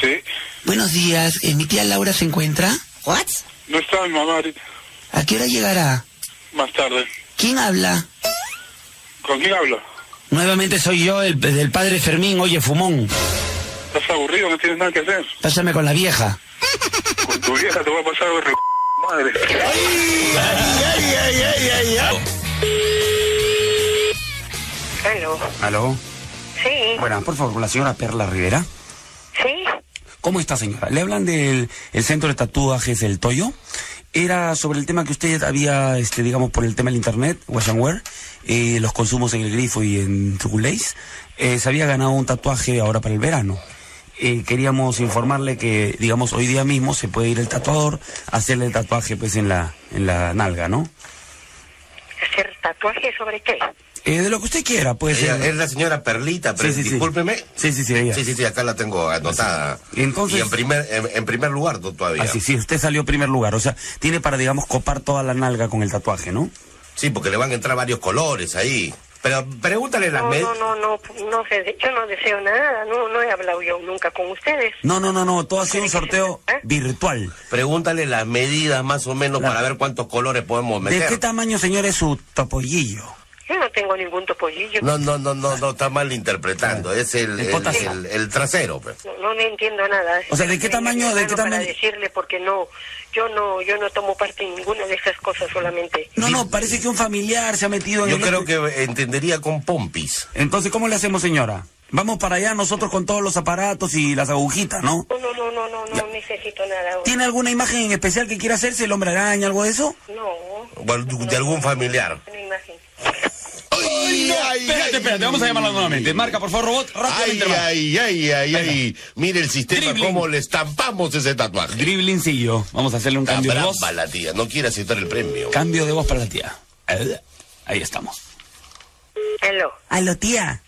Speaker 8: Sí.
Speaker 5: buenos días. Eh, ¿Mi tía Laura se encuentra?
Speaker 9: ¿What?
Speaker 8: No está mi mamá ahorita.
Speaker 5: ¿A qué hora llegará?
Speaker 8: Más tarde.
Speaker 5: ¿Quién habla?
Speaker 8: ¿Con quién hablo?
Speaker 5: Nuevamente soy yo, el del padre Fermín. Oye, fumón,
Speaker 8: ¿Estás aburrido? ¿No tienes nada que hacer?
Speaker 5: pásame con la vieja.
Speaker 8: Con tu vieja te voy a pasar a ver madre.
Speaker 10: Aló.
Speaker 5: Aló.
Speaker 10: Sí,
Speaker 5: Bueno, por favor, la señora Perla Rivera.
Speaker 10: sí.
Speaker 5: ¿Cómo está, señora? Le hablan del el centro de tatuajes del Toyo. Era sobre el tema que usted había, este, digamos, por el tema del internet, wash and wear, eh, los consumos en el grifo y en True Lace. Eh, se había ganado un tatuaje ahora para el verano. Eh, queríamos informarle que, digamos, hoy día mismo se puede ir el tatuador a hacerle el tatuaje, pues, en la, en la nalga, ¿no?
Speaker 10: ¿Hacer tatuaje sobre qué?
Speaker 5: Eh, de lo que usted quiera, puede
Speaker 3: Ella
Speaker 5: ser.
Speaker 3: es la señora Perlita, pero
Speaker 5: Sí, sí, sí.
Speaker 3: discúlpeme.
Speaker 5: Sí, sí, sí, ella.
Speaker 3: Sí, sí, sí, acá la tengo anotada.
Speaker 5: Y entonces-
Speaker 3: Y en primer, en, en primer lugar tú todavía.
Speaker 5: Así, sí, usted salió primer lugar. O sea, tiene para, digamos, copar toda la nalga con el tatuaje, ¿no?
Speaker 3: Sí, porque le van a entrar varios colores ahí.
Speaker 6: Pero pregúntale las
Speaker 10: No,
Speaker 6: med-
Speaker 10: no, no, no, no sé, yo no deseo nada, no, no he hablado yo nunca con ustedes.
Speaker 5: No, no, no, no, todo ha sido un sorteo virtual.
Speaker 3: Pregúntale las medidas más o menos para ver cuántos colores podemos
Speaker 5: ¿De qué
Speaker 3: meter.
Speaker 5: tamaño, señor, es su topollillo?
Speaker 10: Yo no tengo ningún topollillo.
Speaker 3: No, no, no, no, no, está mal interpretando. Es el, el,
Speaker 10: potasio.
Speaker 3: el- el trasero. pues.
Speaker 10: No, no le entiendo nada.
Speaker 3: O sea, ¿de qué
Speaker 10: Venga,
Speaker 3: tamaño-
Speaker 10: mi
Speaker 3: de qué
Speaker 10: hermano,
Speaker 3: tamaño?
Speaker 10: Para decirle, porque no, yo no, yo no tomo parte en ninguna de esas cosas solamente.
Speaker 5: No, no, parece que un familiar se ha metido en
Speaker 3: Yo
Speaker 5: el-
Speaker 3: creo que entendería con pompis.
Speaker 5: Entonces, ¿cómo le hacemos, señora? Vamos para allá nosotros con todos los aparatos y las agujitas, ¿no?
Speaker 10: No, no, no, no, no, no necesito nada. ahora.
Speaker 5: ¿Tiene alguna imagen en especial que quiera hacerse, el hombre araña, algo de eso?
Speaker 10: No,
Speaker 3: O al- De algún familiar.
Speaker 10: no imagen.
Speaker 1: espérate, espérate, vamos a llamarla nuevamente. Marca, por favor, robot, rápidamente.
Speaker 11: Ay, ay, ay, ay, ay. Mire el sistema, cómo le estampamos ese tatuaje.
Speaker 5: Driblingcillo. Vamos a hacerle un
Speaker 11: cambio
Speaker 3: de voz. la tía, no quiere aceptar el premio.
Speaker 5: Cambio de voz para la tía. Ahí estamos.
Speaker 10: Aló.
Speaker 9: Aló, tía.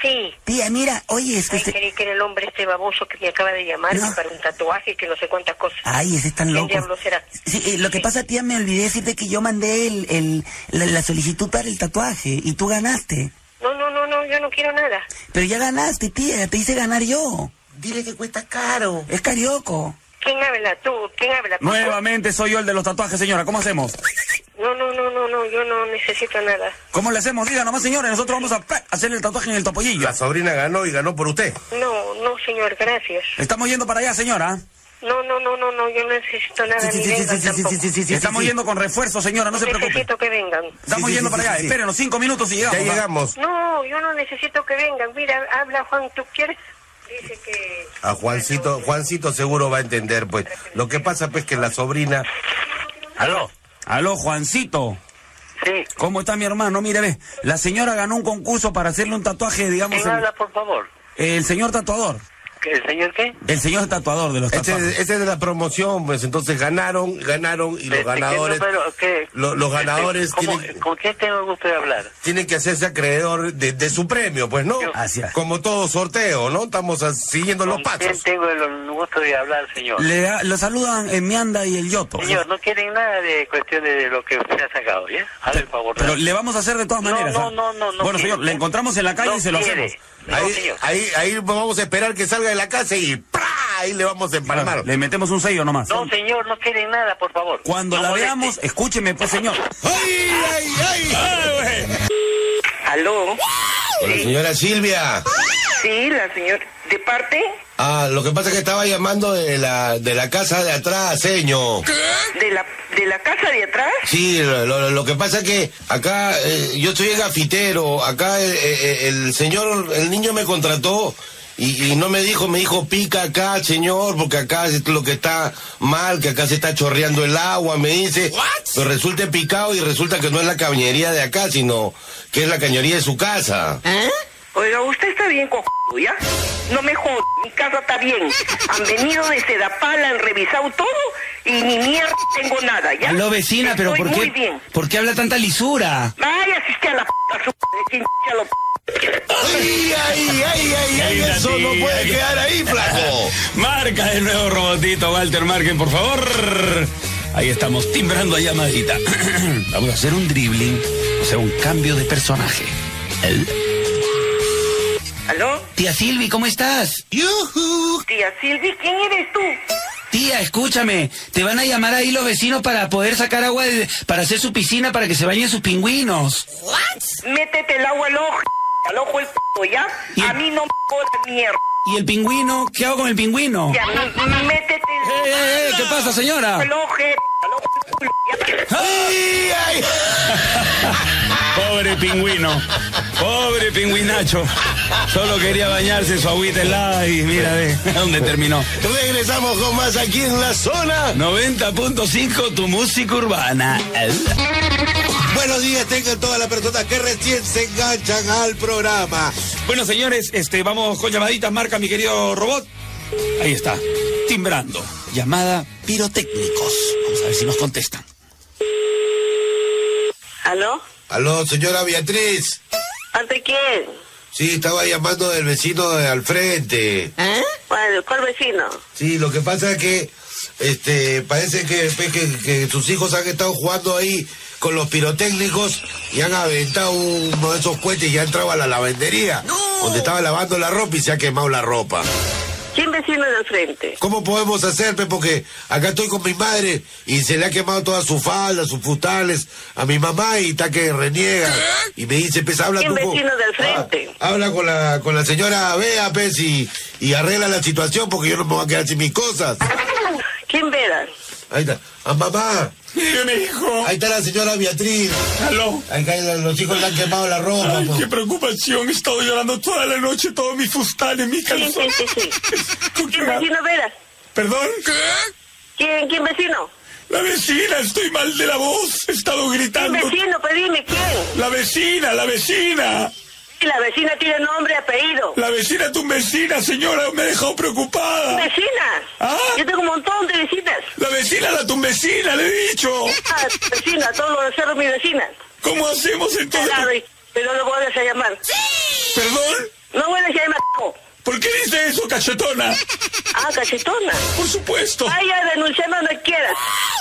Speaker 10: Sí.
Speaker 9: Tía, mira, oye, es que...
Speaker 10: Ay,
Speaker 9: este-
Speaker 10: creí que era el hombre este baboso que me acaba de llamar que para un tatuaje que no sé cuántas cosas.
Speaker 9: Ay, ese es tan
Speaker 10: ¿Quién
Speaker 9: loco.
Speaker 10: diablo será?
Speaker 9: Sí, eh, lo que pasa, tía, me olvidé decirte que yo mandé el, el- la, la solicitud para el tatuaje y tú ganaste.
Speaker 10: No, no, no, no, yo no quiero nada.
Speaker 9: Pero ya ganaste, tía, te hice ganar yo.
Speaker 10: Dile que cuesta caro.
Speaker 9: Es carioco.
Speaker 10: ¿Quién habla tú? ¿Quién habla?
Speaker 5: Nuevamente soy yo el de los tatuajes, señora. ¿Cómo hacemos?
Speaker 10: No, no, no, no, no, yo no necesito nada.
Speaker 5: ¿Cómo le hacemos? Diga nomás, señora. Nosotros vamos a pa, hacerle el tatuaje en el topollillo.
Speaker 3: La sobrina ganó y ganó por usted.
Speaker 10: No, no, señor, gracias.
Speaker 5: Estamos yendo para allá, señora.
Speaker 10: No, no, no, no, no, yo no necesito nada ni vengan tampoco.
Speaker 5: Estamos yendo con refuerzo, señora. No se preocupe.
Speaker 10: necesito que vengan.
Speaker 5: Estamos yendo para allá. Espérenos cinco minutos y llegamos. ¿va?
Speaker 10: No, yo no necesito que vengan. Mira, habla Juan, ¿tú quieres? Dice que...
Speaker 3: A Juancito, Juancito seguro va a entender, pues. Lo que pasa, pues, que la sobrina.
Speaker 5: Aló. Aló, Juancito.
Speaker 12: Sí.
Speaker 5: ¿Cómo está mi hermano? Mire, ve, la señora ganó un concurso para hacerle un tatuaje, digamos.
Speaker 12: ¿Quién
Speaker 5: el-
Speaker 12: habla, por favor?
Speaker 5: El señor tatuador.
Speaker 12: ¿El señor qué?
Speaker 5: El señor tatuador de los
Speaker 3: Este,
Speaker 5: tatuajes.
Speaker 3: este es de la promoción, pues. Entonces ganaron, ganaron y los
Speaker 12: Este, ¿qué
Speaker 3: ganadores.
Speaker 12: número? ¿Qué?
Speaker 3: lo- los
Speaker 12: Este,
Speaker 3: ganadores
Speaker 12: ¿cómo-
Speaker 3: tienen-
Speaker 12: ¿Con quién tengo el gusto de hablar?
Speaker 3: Tienen que hacerse acreedor de, de su premio, pues, ¿no? Como todo sorteo, ¿no? Estamos ah, siguiendo los
Speaker 12: ¿Con quién
Speaker 3: pasos.
Speaker 12: tengo el gusto de hablar, señor?
Speaker 5: Le, da- lo saludan en Mianda y el Yoto.
Speaker 12: Señor, no quieren nada de cuestiones de lo que usted ha sacado, ¿ya? Hágale el favor.
Speaker 5: Pero le vamos a hacer de todas
Speaker 12: No,
Speaker 5: maneras.
Speaker 12: no,
Speaker 5: ¿ah?
Speaker 12: no, no, no
Speaker 5: Bueno,
Speaker 12: quiere.
Speaker 5: señor, le encontramos en la calle
Speaker 12: No
Speaker 5: y se lo
Speaker 12: quiere.
Speaker 5: hacemos.
Speaker 3: Ahí, ahí, ahí vamos a esperar que salga de la casa y ¡pra! Ahí le vamos a empalmar.
Speaker 5: Le metemos un sello nomás.
Speaker 12: No, señor, no quieren nada, por favor.
Speaker 5: Cuando
Speaker 12: No
Speaker 5: la
Speaker 12: moleste.
Speaker 5: veamos, escúcheme, pues, señor.
Speaker 12: ay, ay!
Speaker 3: ¿Aló? Hola, señora Silvia.
Speaker 4: Sí, la señora. ¿De parte?
Speaker 3: Ah, lo que pasa es que estaba llamando de la, de la casa de atrás, señor.
Speaker 4: ¿De la, ¿De la casa de atrás?
Speaker 3: Sí, lo, lo- lo que pasa es que acá eh, yo soy el gafitero, acá eh, eh, el señor, el niño me contrató y, y no me dijo, me dijo pica acá, señor, porque acá es lo que está mal, que acá se está chorreando el agua, me dice. Pero resulta picado y resulta que no es la cañería de acá, sino que es la cañería de su casa.
Speaker 4: Oiga, usted está bien cojudo, ¿ya? No me jodas, mi casa está bien. Han venido de Sedapal, han revisado todo y ni mierda tengo nada, ¿ya?
Speaker 9: Aló, vecina, pero
Speaker 4: Estoy
Speaker 9: ¿por
Speaker 4: muy
Speaker 9: qué,
Speaker 4: bien.
Speaker 9: ¿por qué habla tanta lisura?
Speaker 4: Váyase usted a la p***, a su p***, de quien a lo p***.
Speaker 3: ¡Ay, ay, ay, ay, ay! Eso no puede quedar ahí, flaco.
Speaker 1: Marca de nuevo, robotito, Walter, marquen, por favor. Ahí estamos, timbrando a llamadita.
Speaker 5: Vamos a hacer un dribbling, o sea, un cambio de personaje.
Speaker 9: ¿Aló? Tía Silvi, ¿cómo estás? ¡Yuhu!
Speaker 4: Tía Silvi, ¿quién eres tú?
Speaker 9: Tía, escúchame, te van a llamar ahí los vecinos para poder sacar agua de- para hacer su piscina para que se bañen sus pingüinos.
Speaker 4: Métete el agua al ojo, al ojo el p***, ¿ya? A mí no me jodas mierda.
Speaker 9: ¿Y el pingüino? ¿Qué hago con el pingüino?
Speaker 4: Ya, m- métete el...
Speaker 9: ¡Eh, eh, eh! ¿Ah? ¿Qué pasa, señora?
Speaker 4: Al ojo, al ojo el culo, ¿ya?
Speaker 1: Pobre pingüino. Pobre pingüinacho. Solo quería bañarse su agüita helada y mira de dónde terminó.
Speaker 3: Regresamos con más aquí en la zona.
Speaker 1: 90.5 tu música urbana.
Speaker 2: Buenos días, tengan todas las personas que recién se enganchan al programa.
Speaker 1: Bueno, señores, este, vamos con llamaditas, marca mi querido robot. Ahí está, timbrando. Llamada pirotécnicos. Vamos a ver si nos contestan.
Speaker 10: ¿Aló?
Speaker 3: Aló, señora Beatriz.
Speaker 10: ¿Ante quién?
Speaker 3: Sí, estaba llamando del vecino de al frente.
Speaker 10: ¿Eh? ¿Cuál, cuál vecino?
Speaker 3: Sí, lo que pasa es que este, parece que, pues, que- que sus hijos han estado jugando ahí con los pirotécnicos y han aventado uno de esos cohetes y ha entrado a la lavandería, donde estaba lavando la ropa y se ha quemado la ropa.
Speaker 4: ¿Quién vecino del frente?
Speaker 3: ¿Cómo podemos hacer, pe? Porque acá estoy con mi madre y se le ha quemado toda su falda, sus futales, a mi mamá y está que reniega.
Speaker 1: ¿Eh?
Speaker 3: Y me dice, pues habla
Speaker 4: ¿Quién
Speaker 3: tú con, Ah,
Speaker 4: vecino del frente?
Speaker 3: habla con la, con la señora Bea, pues, y, y arregla la situación porque yo no me voy a quedar sin mis cosas.
Speaker 4: ¿Quién verá?
Speaker 3: Ahí está. ¡A mamá! Dígame, hijo. Ahí está la señora Beatriz. Aló. Ahí caen los hijos le han quemado la ropa.
Speaker 6: Ay,
Speaker 3: po.
Speaker 6: qué preocupación. He estado llorando toda la noche, todos mis fustales, mis calzones.
Speaker 4: ¿Quién vecino verá?
Speaker 6: ¿Perdón?
Speaker 4: ¿Quién, quién vecino?
Speaker 6: La vecina, estoy mal de la voz. He estado gritando.
Speaker 4: ¿Quién vecino? Pues dime, ¿quién?
Speaker 6: La vecina, la vecina.
Speaker 4: La vecina tiene nombre, apellido.
Speaker 6: La vecina, tu vecina, señora, me ha dejado preocupada.
Speaker 4: ¿Vecina?
Speaker 6: Ah.
Speaker 4: Yo tengo un montón de vecinas.
Speaker 6: La vecina, la tu vecina, le he dicho.
Speaker 4: Ah, vecina, todos los becerros, mi vecina.
Speaker 6: ¿Cómo hacemos entonces?
Speaker 4: pero no vuelves a llamar.
Speaker 6: ¿Perdón?
Speaker 4: No vuelves a llamar. hijo.
Speaker 6: ¿Por qué dice eso, cachetona?
Speaker 4: Ah, cachetona.
Speaker 6: Por supuesto.
Speaker 4: Vaya a denunciar donde quieras.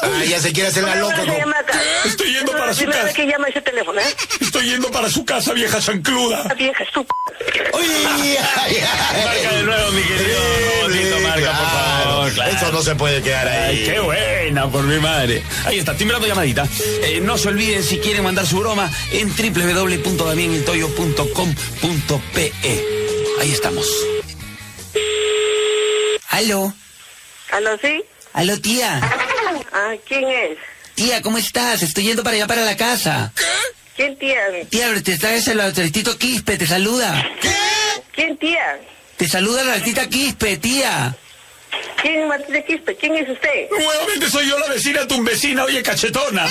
Speaker 3: Ah, ya se quiere hacer la
Speaker 4: No
Speaker 3: loca.
Speaker 4: vuelves a
Speaker 3: con-
Speaker 4: llamar acá.
Speaker 6: Estoy yendo
Speaker 4: Es
Speaker 6: para
Speaker 4: la
Speaker 6: su
Speaker 4: primera
Speaker 6: casa.
Speaker 4: vez que llama ese teléfono, ¿eh?
Speaker 6: Estoy yendo para su casa, vieja chancluda.
Speaker 4: vieja
Speaker 1: Marca de nuevo, mi querido. Tito, marca, por favor.
Speaker 3: Eso no se puede quedar ahí.
Speaker 1: Ay, qué buena, por mi madre.
Speaker 5: Ahí está, timbrando llamadita. Eh, no se olviden si quieren mandar su broma en www.damieneltoyo.com.pe. Ahí estamos.
Speaker 9: Aló,
Speaker 4: ¿Aló, sí?
Speaker 9: aló tía.
Speaker 4: Ah, ¿quién es?
Speaker 9: Tía, ¿cómo estás? Estoy yendo para allá para la casa.
Speaker 4: ¿Quién tía?
Speaker 9: Tía, te traes el artistito Quispe, te saluda.
Speaker 4: ¿Quién tía?
Speaker 9: Te saluda la artista Quispe, tía.
Speaker 4: ¿Quién Martín de Quispe? ¿Quién es usted?
Speaker 6: Nuevamente soy yo la vecina, tu vecina, oye, cachetona.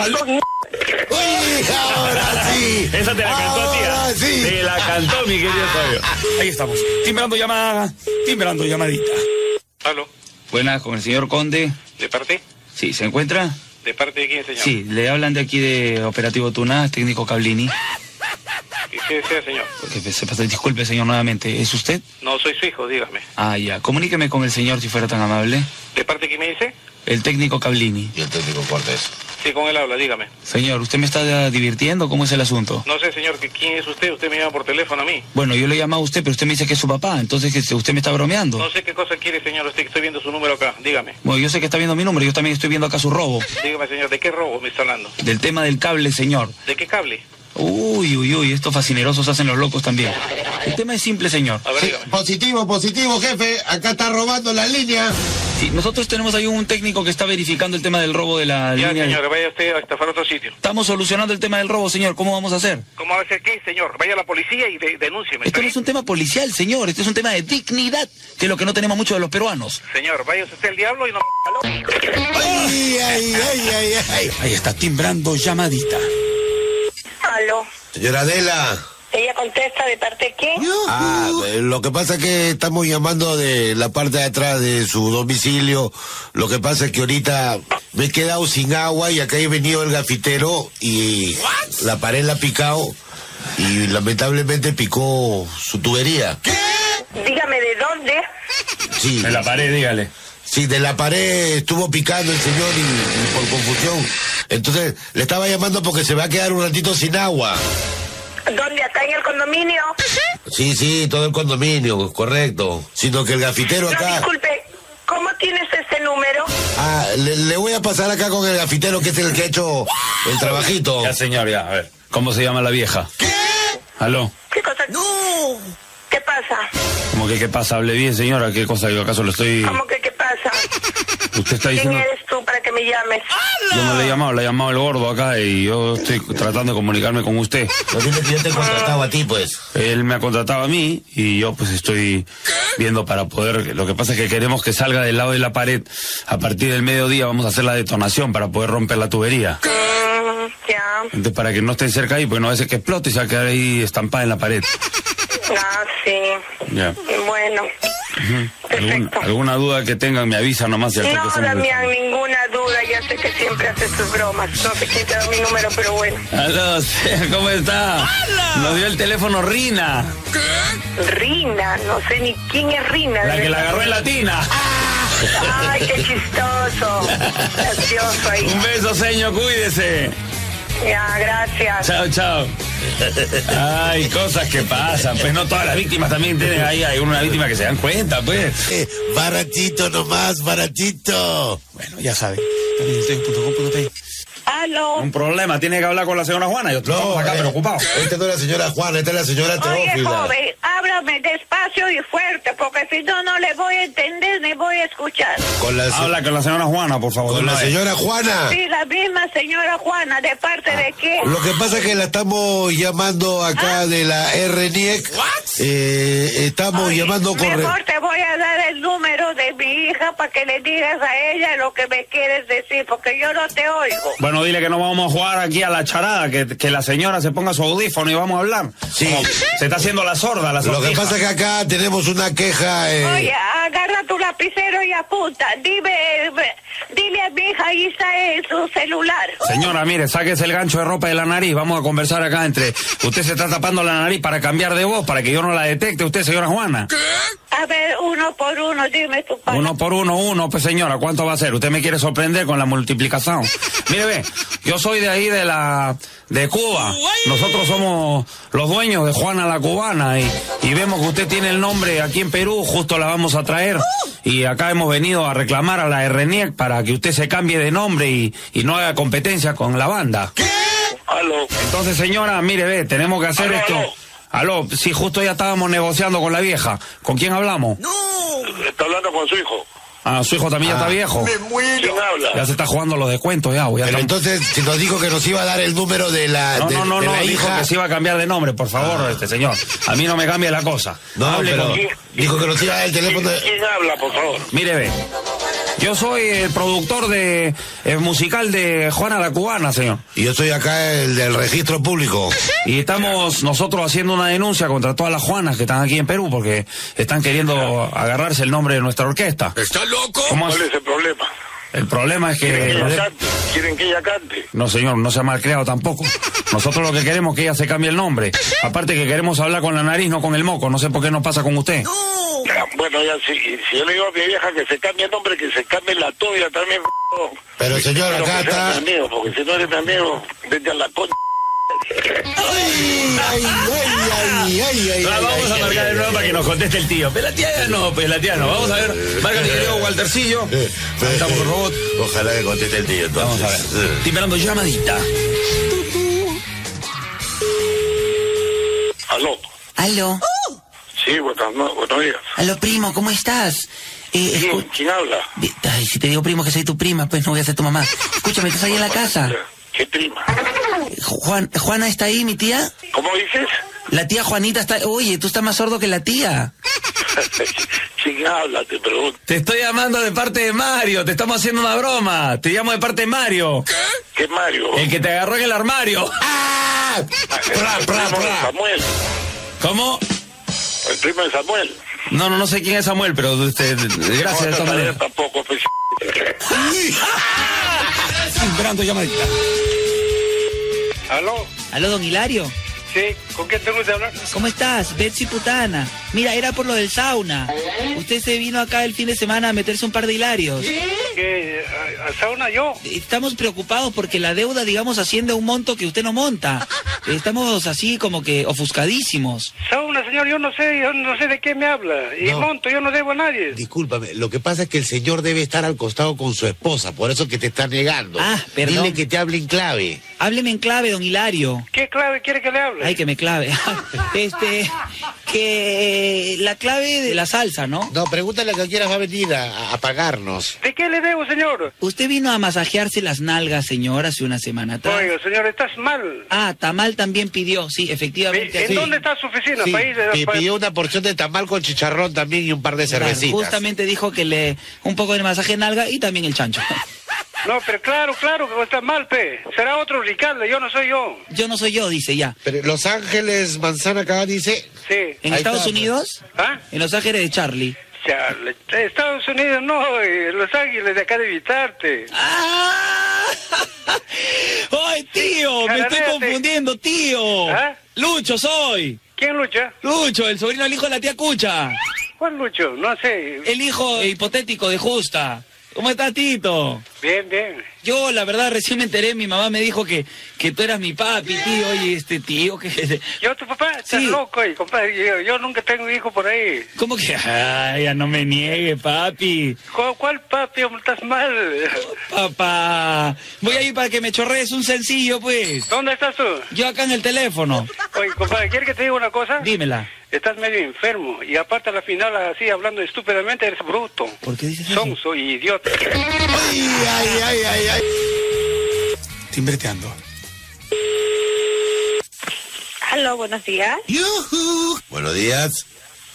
Speaker 6: Aló.
Speaker 3: Uy, ahora sí.
Speaker 1: Esa te la cantó, tía.
Speaker 3: Ahora sí.
Speaker 1: Te la cantó, mi querido Fabio. Ahí estamos. Timbrando llamada. Timbrando llamadita.
Speaker 12: Aló.
Speaker 5: Buenas, con el señor Conde.
Speaker 12: ¿De parte?
Speaker 5: Sí, ¿se encuentra?
Speaker 12: ¿De parte de quién, señor?
Speaker 5: Sí, le hablan de aquí de Operativo Tunas, técnico Cablini. Eh,
Speaker 12: ¿Qué- ¿Qué desea, señor?
Speaker 5: Porque se pasa- Disculpe, señor, nuevamente. ¿Es usted?
Speaker 12: No, soy su hijo, dígame.
Speaker 5: Ah, ya. Comuníqueme con el señor si fuera tan amable.
Speaker 12: ¿De parte quién me dice?
Speaker 5: El técnico Cablini.
Speaker 3: Y el técnico Cortés.
Speaker 12: Sí, con él habla, dígame.
Speaker 5: Señor, ¿usted me está divirtiendo? ¿Cómo es el asunto?
Speaker 12: No sé, señor, que quién es usted. Usted me llama por teléfono a mí.
Speaker 5: Bueno, yo le he llamado a usted, pero usted me dice que es su papá, entonces que usted me está bromeando.
Speaker 12: No sé qué cosa quiere, señor. Usted que estoy viendo su número acá. Dígame.
Speaker 5: Bueno, yo sé que está viendo mi número, yo también estoy viendo acá su robo.
Speaker 12: Dígame, señor, ¿de qué robo me está hablando?
Speaker 5: Del tema del cable, señor.
Speaker 12: ¿De qué cable?
Speaker 5: Uy, uy, uy, estos fascinerosos hacen los locos también. El tema es simple, señor.
Speaker 11: Sí, positivo, positivo, jefe. Acá está robando la línea.
Speaker 5: Sí, nosotros tenemos ahí un técnico que está verificando el tema del robo de la
Speaker 12: Ya,
Speaker 5: línea.
Speaker 12: señor, vaya usted a estafar otro sitio.
Speaker 5: Estamos solucionando el tema del robo, señor. ¿Cómo vamos a hacer?
Speaker 12: ¿Cómo va a ser qué, señor? Vaya a la policía y de- denúncieme.
Speaker 5: Esto no es un tema policial, señor. Este es un tema de dignidad, que es lo que no tenemos mucho de los peruanos.
Speaker 12: Señor, vaya usted al diablo y no...
Speaker 3: Ay, ay, ay, ay, ay.
Speaker 5: Ahí está timbrando llamadita.
Speaker 4: Aló.
Speaker 3: Señora Adela.
Speaker 4: Ella contesta de parte de quién.
Speaker 3: Ah, eh, lo que pasa es que estamos llamando de la parte de atrás de su domicilio. Lo que pasa es que ahorita me he quedado sin agua y acá he venido el gafitero y la pared la ha picado y lamentablemente picó su tubería.
Speaker 4: Dígame de dónde.
Speaker 3: Sí. De la
Speaker 1: pared, dígale.
Speaker 3: Sí, de la pared estuvo picando el señor y, y por confusión. Entonces le estaba llamando porque se va a quedar un ratito sin agua.
Speaker 4: ¿Dónde? Acá en el condominio.
Speaker 3: Sí, sí, todo el condominio, correcto. Sino que el gafitero
Speaker 4: No,
Speaker 3: acá...
Speaker 4: disculpe. ¿Cómo tienes ese número?
Speaker 3: Ah, le, le voy a pasar acá con el gafitero que es el que ha hecho el trabajito.
Speaker 1: Ya, señor, ya. A ver. ¿Cómo se llama la vieja? ¿Qué? Aló.
Speaker 4: ¿Qué cosa? ¡No! ¿Qué pasa?
Speaker 1: Como que qué pasa? Hable bien, señora. ¿Qué cosa? ¿Yo acaso lo estoy...?
Speaker 4: ¿Cómo que qué pasa?
Speaker 1: Usted está
Speaker 4: ¿Quién
Speaker 1: diciendo...
Speaker 4: eres tú para que me llames?
Speaker 1: Yo no le he llamado, le he llamado el gordo acá y yo estoy tratando de comunicarme con usted.
Speaker 3: Lo dime que yo te he contratado a ti, pues.
Speaker 1: Él me ha contratado a mí y yo pues estoy viendo para poder... Lo que pasa es que queremos que salga del lado de la pared. A partir del mediodía vamos a hacer la detonación para poder romper la tubería.
Speaker 4: Mm, ya.
Speaker 1: Entonces, para que no estén cerca ahí, porque no va a ser que explote y se va a quedar ahí estampada en la pared.
Speaker 4: Ah, sí.
Speaker 1: Ya.
Speaker 4: Bueno.
Speaker 1: ¿Alguna, alguna duda que tengan me avisan nomás. y al toque
Speaker 4: No,
Speaker 1: se me-
Speaker 4: Damián, ninguna duda. Ya sé que siempre haces tus bromas. No sé quién te da mi número, pero bueno.
Speaker 1: Aló, ¿cómo está? Nos dio el teléfono Rina,
Speaker 4: Rina, no sé ni quién es Rina.
Speaker 1: la
Speaker 4: de
Speaker 1: que la
Speaker 4: verdad.
Speaker 1: agarró en latina.
Speaker 13: Ay, qué chistoso. Gracioso ahí.
Speaker 1: Un beso, señor, cuídese.
Speaker 13: Ya, gracias.
Speaker 1: Chao, chao. Ay, cosas que pasan. Pues no todas las víctimas también tienen ahí. Hay una víctima que se dan cuenta, pues.
Speaker 3: Eh, baratito nomás, baratito.
Speaker 1: Bueno, ya saben. También estoy en .com.pe.
Speaker 13: Aló.
Speaker 1: Un problema, tiene que hablar con la señora Juana. Yo estoy acá
Speaker 3: eh.
Speaker 1: preocupado.
Speaker 14: Esta no es la señora Juana, esta es la señora
Speaker 4: Oye,
Speaker 14: Teófila.
Speaker 4: joven, háblame despacio y fuerte, porque si no, no le voy a entender ni voy a escuchar.
Speaker 14: Con la se-
Speaker 1: Habla con la señora Juana, por favor.
Speaker 14: Con
Speaker 1: de
Speaker 14: la
Speaker 1: una vez.
Speaker 14: señora
Speaker 3: Juana.
Speaker 4: Sí, la misma señora Juana, ¿de parte de quién?
Speaker 3: Lo que pasa es que la estamos llamando acá de la RNIEC. Eh, estamos llamando con... re-
Speaker 4: Mejor te voy a dar el número de mi hija para que le digas a ella lo que me quieres decir, porque yo no te oigo.
Speaker 1: Bueno, dile que no vamos a jugar aquí a la charada, que, que la señora se ponga su audífono y vamos a hablar. Sí. se está haciendo la sorda, la
Speaker 3: Lo que
Speaker 1: sortija.
Speaker 3: pasa es que acá tenemos una queja... eh,
Speaker 4: Oye, agarra tu lapicero y apunta. Dime, eh, dile a mi hija, ahí está en su celular.
Speaker 1: Señora, mire, sáquese el gancho de ropa de la nariz. Vamos a conversar acá entre. Usted se está tapando la nariz para cambiar de voz, para que yo no la detecte. Usted, señora Juana.
Speaker 4: A ver, uno por uno, dime tu padre.
Speaker 1: Uno por uno, uno, pues señora, ¿cuánto va a ser? Usted me quiere sorprender con la multiplicación. Mire, ve, yo soy de ahí de la de Cuba. Nosotros somos los dueños de Juana la Cubana y, y vemos que usted tiene el nombre aquí en Perú, justo la vamos a traer. Y acá hemos venido a reclamar a la RNIEC para que usted se cambie de nombre y, y no haga competencia con la banda. Entonces, señora, mire, ve, tenemos que hacer esto. Aló, sí, justo ya estábamos negociando con la vieja. ¿Con quién hablamos?
Speaker 8: Está hablando con su hijo.
Speaker 1: Ah, su hijo también ya está viejo.
Speaker 8: muero. ¿Quién habla?
Speaker 1: Ya se está jugando los descuentos, ya. voy a
Speaker 3: Pero
Speaker 1: cam-
Speaker 3: entonces si nos dijo que nos iba a dar el número de la,
Speaker 1: no,
Speaker 3: de-
Speaker 1: no, no,
Speaker 3: de
Speaker 1: no,
Speaker 3: la
Speaker 1: dijo
Speaker 3: hija.
Speaker 1: que se iba a cambiar de nombre, por favor,
Speaker 9: Ah.
Speaker 1: este señor. A mí no me cambie la cosa.
Speaker 3: No,
Speaker 1: Hable
Speaker 3: pero
Speaker 1: con-
Speaker 3: dijo que nos iba a dar el teléfono. de-
Speaker 8: ¿Quién habla, por favor?
Speaker 1: Mire, ve. Yo soy el productor de el musical de Juana la Cubana, señor.
Speaker 3: Y yo soy acá el del registro público.
Speaker 1: Y estamos nosotros haciendo una denuncia contra todas las Juanas que están aquí en Perú porque están queriendo agarrarse el nombre de nuestra orquesta.
Speaker 8: ¿Está loco?
Speaker 1: ¿Cómo
Speaker 8: ¿Cuál
Speaker 1: es?
Speaker 8: es el problema?
Speaker 1: El problema es
Speaker 8: ¿Quieren que ella
Speaker 1: que...
Speaker 8: cante? ¿Quieren que ella cante?
Speaker 1: No, señor, no se ha malcriado tampoco. Nosotros lo que queremos es que ella se cambie el nombre. Aparte que queremos hablar con la nariz, no con el moco. No sé por qué no pasa con usted.
Speaker 8: Ah, Bueno, ya si, si yo le digo a mi vieja que se cambie el nombre, que se cambie la tuya también.
Speaker 3: Pero señor,
Speaker 8: Pero
Speaker 3: acá
Speaker 8: que seas
Speaker 3: está.
Speaker 8: mi amigo, porque si no eres mi amigo, vete a la coña.
Speaker 3: Ay, ay, ay, ay, ay, ay,
Speaker 1: Ah,
Speaker 3: ay,
Speaker 1: vamos a
Speaker 3: ay,
Speaker 1: marcar
Speaker 3: ay,
Speaker 1: de nuevo para que nos conteste el tío. Pues Pelatiano, pelatiano. Vamos a ver. Marca mi querido Waltercillo. Ahí Estamos con robot.
Speaker 14: Ojalá que conteste el tío.
Speaker 1: Vamos a ver. Estoy esperando llamadita.
Speaker 8: Aló.
Speaker 15: Aló,
Speaker 8: Sí, buenas no- buenos días.
Speaker 15: aló primo, ¿cómo estás? Eh, escu-
Speaker 8: ¿Quién, quién habla?
Speaker 15: di- Ay, si te digo primo que soy tu prima, pues no voy a ser tu mamá. Escúchame, ¿estás ahí en la casa?
Speaker 8: ¿Qué prima?
Speaker 15: Ju- Juan, ¿Juana está ahí, mi tía?
Speaker 8: ¿Cómo dices?
Speaker 15: La tía Juanita está... Oye, tú estás más sordo que la tía.
Speaker 8: ¿Quién habla? Te pregunto.
Speaker 1: Te estoy llamando de parte de Mario. Te estamos haciendo una broma. Te llamo de parte de Mario.
Speaker 8: ¿Qué Mario?
Speaker 1: El que te agarró en el armario. pra,
Speaker 8: pra, primo de
Speaker 1: pra.
Speaker 8: Samuel.
Speaker 1: ¿Cómo?
Speaker 8: El primo de Samuel.
Speaker 1: No, no, no sé quién es Samuel, pero este, gracias de
Speaker 8: No,
Speaker 1: todas maneras.
Speaker 8: Tampoco, pues.
Speaker 1: Esperando llamadita.
Speaker 8: ¿Aló?
Speaker 5: Aló, don Hilario.
Speaker 8: Sí, ¿con quién tengo que hablar?
Speaker 5: ¿Cómo estás? Betsy Putana. Mira, era por lo del sauna. Usted se vino acá el fin de semana a meterse un par de hilarios.
Speaker 8: ¿Qué? ¿A- a sauna yo?
Speaker 5: Estamos preocupados porque la deuda, digamos, asciende a un monto que usted no monta. Estamos así como que ofuscadísimos.
Speaker 8: Sauna, señor, yo no sé, yo no sé de qué me habla. Y
Speaker 3: No.
Speaker 8: monto, yo no debo a nadie.
Speaker 3: Discúlpame, lo que pasa es que el señor debe estar al costado con su esposa, por eso que te está negando.
Speaker 5: Ah, perdón.
Speaker 3: Dile que te hable en clave.
Speaker 5: Hábleme en clave, don Hilario.
Speaker 8: ¿Qué clave quiere que le hable?
Speaker 5: Ay, que me clave. este, que eh, la clave de la salsa, ¿no?
Speaker 3: No, pregúntale a que quieras, va a venir a, a pagarnos.
Speaker 8: ¿De qué le debo, señor?
Speaker 5: Usted vino a masajearse las nalgas, señor, hace una semana atrás.
Speaker 8: Oiga, señor, estás mal.
Speaker 5: Ah, Tamal también pidió, sí, efectivamente.
Speaker 8: ¿En
Speaker 5: así.
Speaker 8: dónde está su oficina?
Speaker 5: Sí,
Speaker 8: país de-
Speaker 5: pi-
Speaker 8: pa-
Speaker 5: pi-
Speaker 3: Pidió una porción de tamal con chicharrón también y un par de
Speaker 5: Claro,
Speaker 3: cervecitas.
Speaker 5: justamente dijo que le un poco de masaje en nalga y también el chancho.
Speaker 8: No, pero claro, claro que está mal, pe. Será otro Ricardo, yo no soy yo.
Speaker 5: Yo no soy yo, dice ya.
Speaker 3: Pero Los Ángeles, Manzana acá dice...
Speaker 8: Sí.
Speaker 5: ¿En
Speaker 3: Ahí
Speaker 5: Estados
Speaker 3: está, pues.
Speaker 5: Unidos?
Speaker 8: ¿Ah?
Speaker 5: En Los Ángeles de Charlie.
Speaker 8: Chale, Estados Unidos no, eh, Los Ángeles de acá de evitarte.
Speaker 5: Ah. ¡Ay, tío! Me estoy
Speaker 8: Caraléate.
Speaker 5: confundiendo, tío.
Speaker 8: ¿Ah?
Speaker 5: Lucho soy.
Speaker 8: ¿Quién lucha?
Speaker 5: Lucho, el sobrino del hijo de la tía Cucha.
Speaker 12: ¿Cuál Lucho? No sé.
Speaker 5: El hijo hipotético de Justa. ¿Cómo está Tito?
Speaker 12: Bien, bien.
Speaker 5: Yo, la verdad, recién me enteré, mi mamá me dijo que, que tú eras mi papi, tío, y este tío que...
Speaker 12: Yo, tu papá, estás loco, ahí, compadre. Yo, yo nunca tengo hijo por ahí.
Speaker 5: ¿Cómo que? Ay, ya no me niegue, papi.
Speaker 12: ¿Cuál, cuál papi? Hombre, Estás mal.
Speaker 5: Papá. Voy ahí para que me chorrees un sencillo, pues.
Speaker 12: ¿Dónde estás tú?
Speaker 5: Yo acá en el teléfono.
Speaker 12: Oye, compadre, ¿quieres que te diga una cosa?
Speaker 5: Dímela.
Speaker 12: Estás medio enfermo. Y aparte, a la final, así, hablando estúpidamente, eres bruto.
Speaker 5: ¿Por qué dices eso?
Speaker 12: Sonso y idiota.
Speaker 16: ay, ay, ay, ay. Timbreteando.
Speaker 10: Aló, buenos días.
Speaker 3: Buenos días.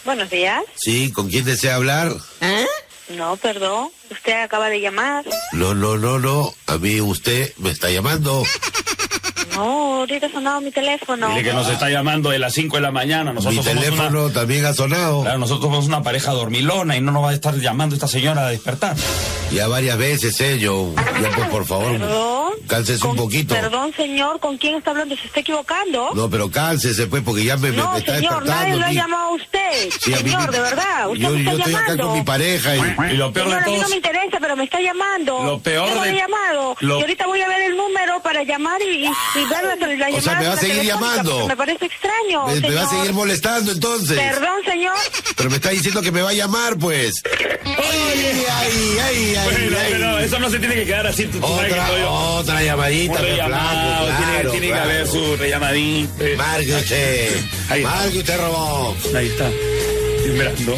Speaker 10: Buenos días.
Speaker 3: Sí, ¿con quién desea hablar?
Speaker 10: ¿Ah? No, perdón. Usted acaba de llamar.
Speaker 3: No, no, no, no. A mí usted me está llamando.
Speaker 10: No, ahorita sonaba mi teléfono.
Speaker 1: Dile que nos está llamando de las 5 de la mañana. Nosotros
Speaker 3: Mi
Speaker 1: somos
Speaker 3: teléfono
Speaker 1: una...
Speaker 3: también ha sonado.
Speaker 1: Claro, nosotros somos una pareja dormilona y no nos va a estar llamando esta señora a despertar.
Speaker 3: Ya varias veces, eh, yo. Ya, pues, por favor,
Speaker 10: Perdón.
Speaker 3: cálcese un poquito.
Speaker 10: Perdón, señor, ¿con quién está hablando? ¿Se está equivocando?
Speaker 3: No, pero cálcese, pues, porque ya me, me-
Speaker 10: No,
Speaker 3: me está
Speaker 10: señor, nadie
Speaker 3: despertando.
Speaker 10: lo ha
Speaker 3: mi-
Speaker 10: llamado a usted.
Speaker 3: Sí, a mí
Speaker 10: señor,
Speaker 3: me-
Speaker 10: de verdad, usted
Speaker 3: yo,
Speaker 10: me está
Speaker 3: yo estoy
Speaker 10: llamando.
Speaker 3: acá con mi pareja y,
Speaker 1: lo
Speaker 10: Señor, a mí no me interesa, pero me está llamando.
Speaker 3: Lo peor
Speaker 10: Yo no
Speaker 3: de-
Speaker 10: he llamado.
Speaker 3: lo-
Speaker 10: Y ahorita voy a ver el número para llamar y, y, y ver la, la llamada.
Speaker 3: O sea, me va a seguir
Speaker 10: telefónica,
Speaker 3: llamando.
Speaker 10: porque Me parece extraño.
Speaker 3: me, me va a
Speaker 10: señor.
Speaker 3: seguir molestando entonces.
Speaker 10: Perdón, señor.
Speaker 3: Pero me está diciendo que me va a llamar, pues.
Speaker 10: Ay,
Speaker 3: ay, ay,
Speaker 1: Bueno, pero eso no se tiene que quedar así. Tú, tú sabes que
Speaker 3: Otra-
Speaker 1: estoy-
Speaker 3: otra llamadita,
Speaker 1: Un
Speaker 3: pues,
Speaker 1: rellamado,
Speaker 3: flaco,
Speaker 1: tiene-
Speaker 3: claro,
Speaker 1: tiene,
Speaker 3: claro.
Speaker 1: que haber su rellamadita.
Speaker 3: Marque usted.
Speaker 1: Ahí está.
Speaker 3: Marque usted, robó.
Speaker 1: Ahí está. Timbreando.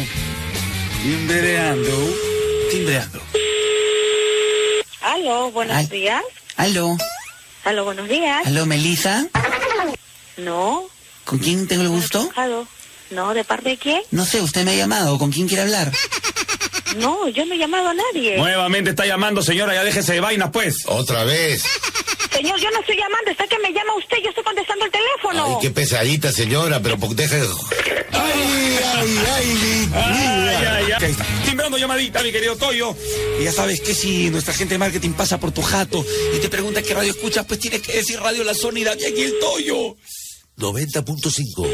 Speaker 1: Timbreando. Timbreando.
Speaker 10: Aló, buenos
Speaker 5: Ay.
Speaker 10: días.
Speaker 5: Aló.
Speaker 10: Aló, buenos días.
Speaker 5: Aló, Melisa.
Speaker 10: No,
Speaker 5: ¿Con quién tengo el gusto?
Speaker 10: aló. No, ¿de parte de quién?
Speaker 5: No sé, usted me ha llamado. ¿Con quién quiere hablar?
Speaker 10: No, yo no he llamado a nadie.
Speaker 1: Nuevamente está llamando, señora. Ya déjese de vainas, pues.
Speaker 3: Otra vez.
Speaker 10: Señor, yo no estoy llamando, está que me llama usted, yo estoy contestando el teléfono.
Speaker 3: Ay, qué pesadita, señora, pero po- deja.
Speaker 1: Ay, ay, ay, ay, ay, ay. Timbrando llamadita, mi querido Toyo.
Speaker 17: Y ya sabes que si nuestra gente de marketing pasa por tu jato y te pregunta qué radio escuchas, pues tienes que decir Radio La Zona y Damián y el Toyo.
Speaker 3: 90.5.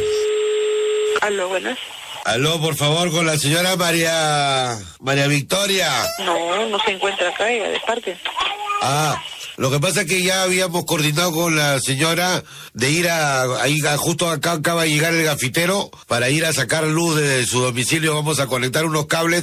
Speaker 10: Aló, buenas.
Speaker 3: Aló, por favor, con la señora María. María Victoria.
Speaker 10: No, no se encuentra acá, ella, de parte.
Speaker 3: Ah, lo que pasa es que ya habíamos coordinado con la señora de ir a, ahí a- justo acá acaba de llegar el gafitero para ir a sacar luz de su domicilio. Vamos a conectar unos cables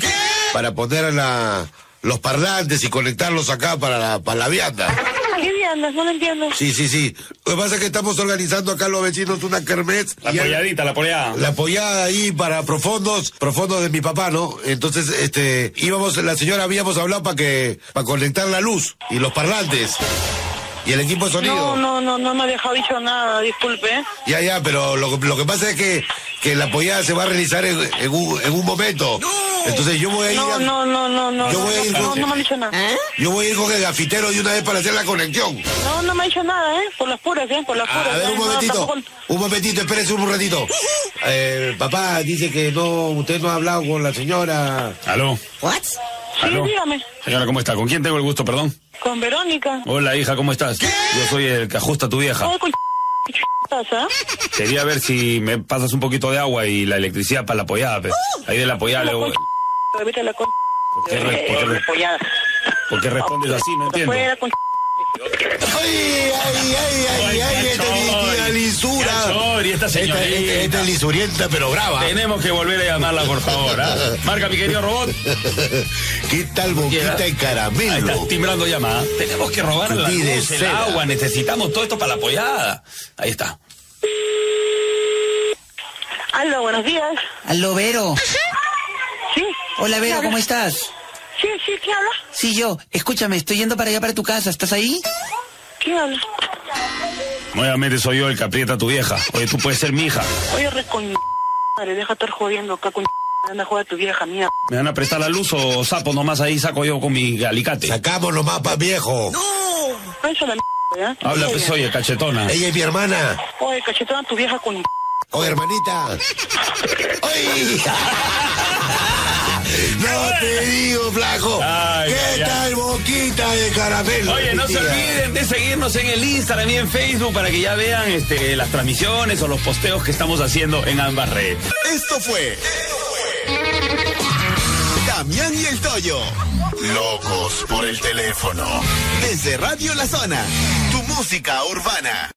Speaker 3: para poner a la- los parlantes y conectarlos acá para la, para la vianda.
Speaker 10: ¿Qué viandas? No lo entiendo.
Speaker 3: Sí, sí, sí. Lo que pasa es que estamos organizando acá los vecinos una kermés.
Speaker 1: La
Speaker 3: Y-
Speaker 1: polladita, la poleada.
Speaker 3: la apoyada ahí para profundos, profundos de mi papá, ¿no? Entonces, este, íbamos, la señora habíamos hablado para que, para conectar la luz y los parlantes y el equipo de sonido.
Speaker 10: No, no, no, no me ha dejado dicho nada, disculpe.
Speaker 3: Ya, ya, pero lo, lo que pasa es que, que la apoyada se va a realizar en, en un, en un momento. Entonces yo voy a ir,
Speaker 10: No,
Speaker 3: a-
Speaker 10: no, no, no, no.
Speaker 3: Yo
Speaker 10: no,
Speaker 3: voy a ir Ah.
Speaker 10: no,
Speaker 3: con-
Speaker 10: no me han dicho nada.
Speaker 3: yo voy a ir con el gafitero de una vez para hacer la conexión.
Speaker 10: No, no me ha dicho nada, ¿eh? Por las puras, ¿eh? Por las puras.
Speaker 3: Ah, A ver,
Speaker 10: ¿eh?
Speaker 3: un
Speaker 10: No,
Speaker 3: momentito,
Speaker 10: tampoco-
Speaker 3: un momentito, espérese un ratito. Eh, papá dice que no, usted no ha hablado con la señora.
Speaker 1: Aló.
Speaker 10: ¿What? Sí,
Speaker 1: Aló.
Speaker 10: dígame.
Speaker 1: Señora, ¿cómo está? ¿Con quién tengo el gusto, perdón?
Speaker 10: Con Verónica.
Speaker 1: Hola, hija, ¿cómo estás? Yo soy el que ajusta a tu vieja.
Speaker 10: Ay, con ch- pasa?
Speaker 1: Quería ver si me pasas un poquito de agua y la electricidad para la apoyada. pues. Ahí de la apoyada le voy.
Speaker 10: Vete a la con...
Speaker 1: ¿Por qué, re- por qué re- por qué respondes así? No entiendo.
Speaker 10: Fuera con...
Speaker 3: Ay, ay, ay, ay, ay, esta es la lisura.
Speaker 1: Chori, esta señorita.
Speaker 3: Esta- esta- esta Este es lisurienta, pero brava.
Speaker 1: Tenemos que volver a llamarla, por favor. ¿ah? Marca, mi querido robot.
Speaker 3: ¿Qué tal boquita de caramelo?
Speaker 1: Ahí está timbrando llamada. Tenemos que robar la
Speaker 3: Cutis de
Speaker 1: luz, el
Speaker 3: seda.
Speaker 1: agua. Necesitamos todo esto para la apoyada. Ahí está.
Speaker 10: Aló, buenos días.
Speaker 5: Aló, Vero.
Speaker 10: Sí.
Speaker 5: Hola, Vero, ¿cómo estás?
Speaker 10: Sí, sí, ¿quién habla?
Speaker 5: Sí, yo. Escúchame, estoy yendo para allá, para tu casa. ¿Estás ahí?
Speaker 10: ¿Quién habla?
Speaker 1: Nuevamente soy yo el que aprieta a tu vieja. Oye, tú puedes ser mi hija.
Speaker 10: Oye, re con... Madre, deja estar jodiendo acá con... Anda a joder a tu vieja mía.
Speaker 1: ¿Me van a prestar la luz o sapo nomás ahí saco yo con mi alicate?
Speaker 3: Sacamos los mapas, viejo.
Speaker 10: No, eso la mierda, ¿ya?
Speaker 1: Habla, pues, oye, cachetona.
Speaker 3: Ella es mi hermana.
Speaker 10: Oye, cachetona tu vieja con...
Speaker 3: O hermanita. ¡Ay! No te digo, flaco.
Speaker 1: Ay,
Speaker 3: ¿Qué
Speaker 1: ay, ay.
Speaker 3: tal boquita de caramelo?
Speaker 1: Oye, no se
Speaker 3: Tía.
Speaker 1: olviden de seguirnos en el Instagram y en Facebook para que ya vean este, las transmisiones o los posteos que estamos haciendo en ambas redes.
Speaker 18: Esto fue
Speaker 3: Damián y el Toyo. Locos por el teléfono. Desde Radio La Zona. Tu música urbana.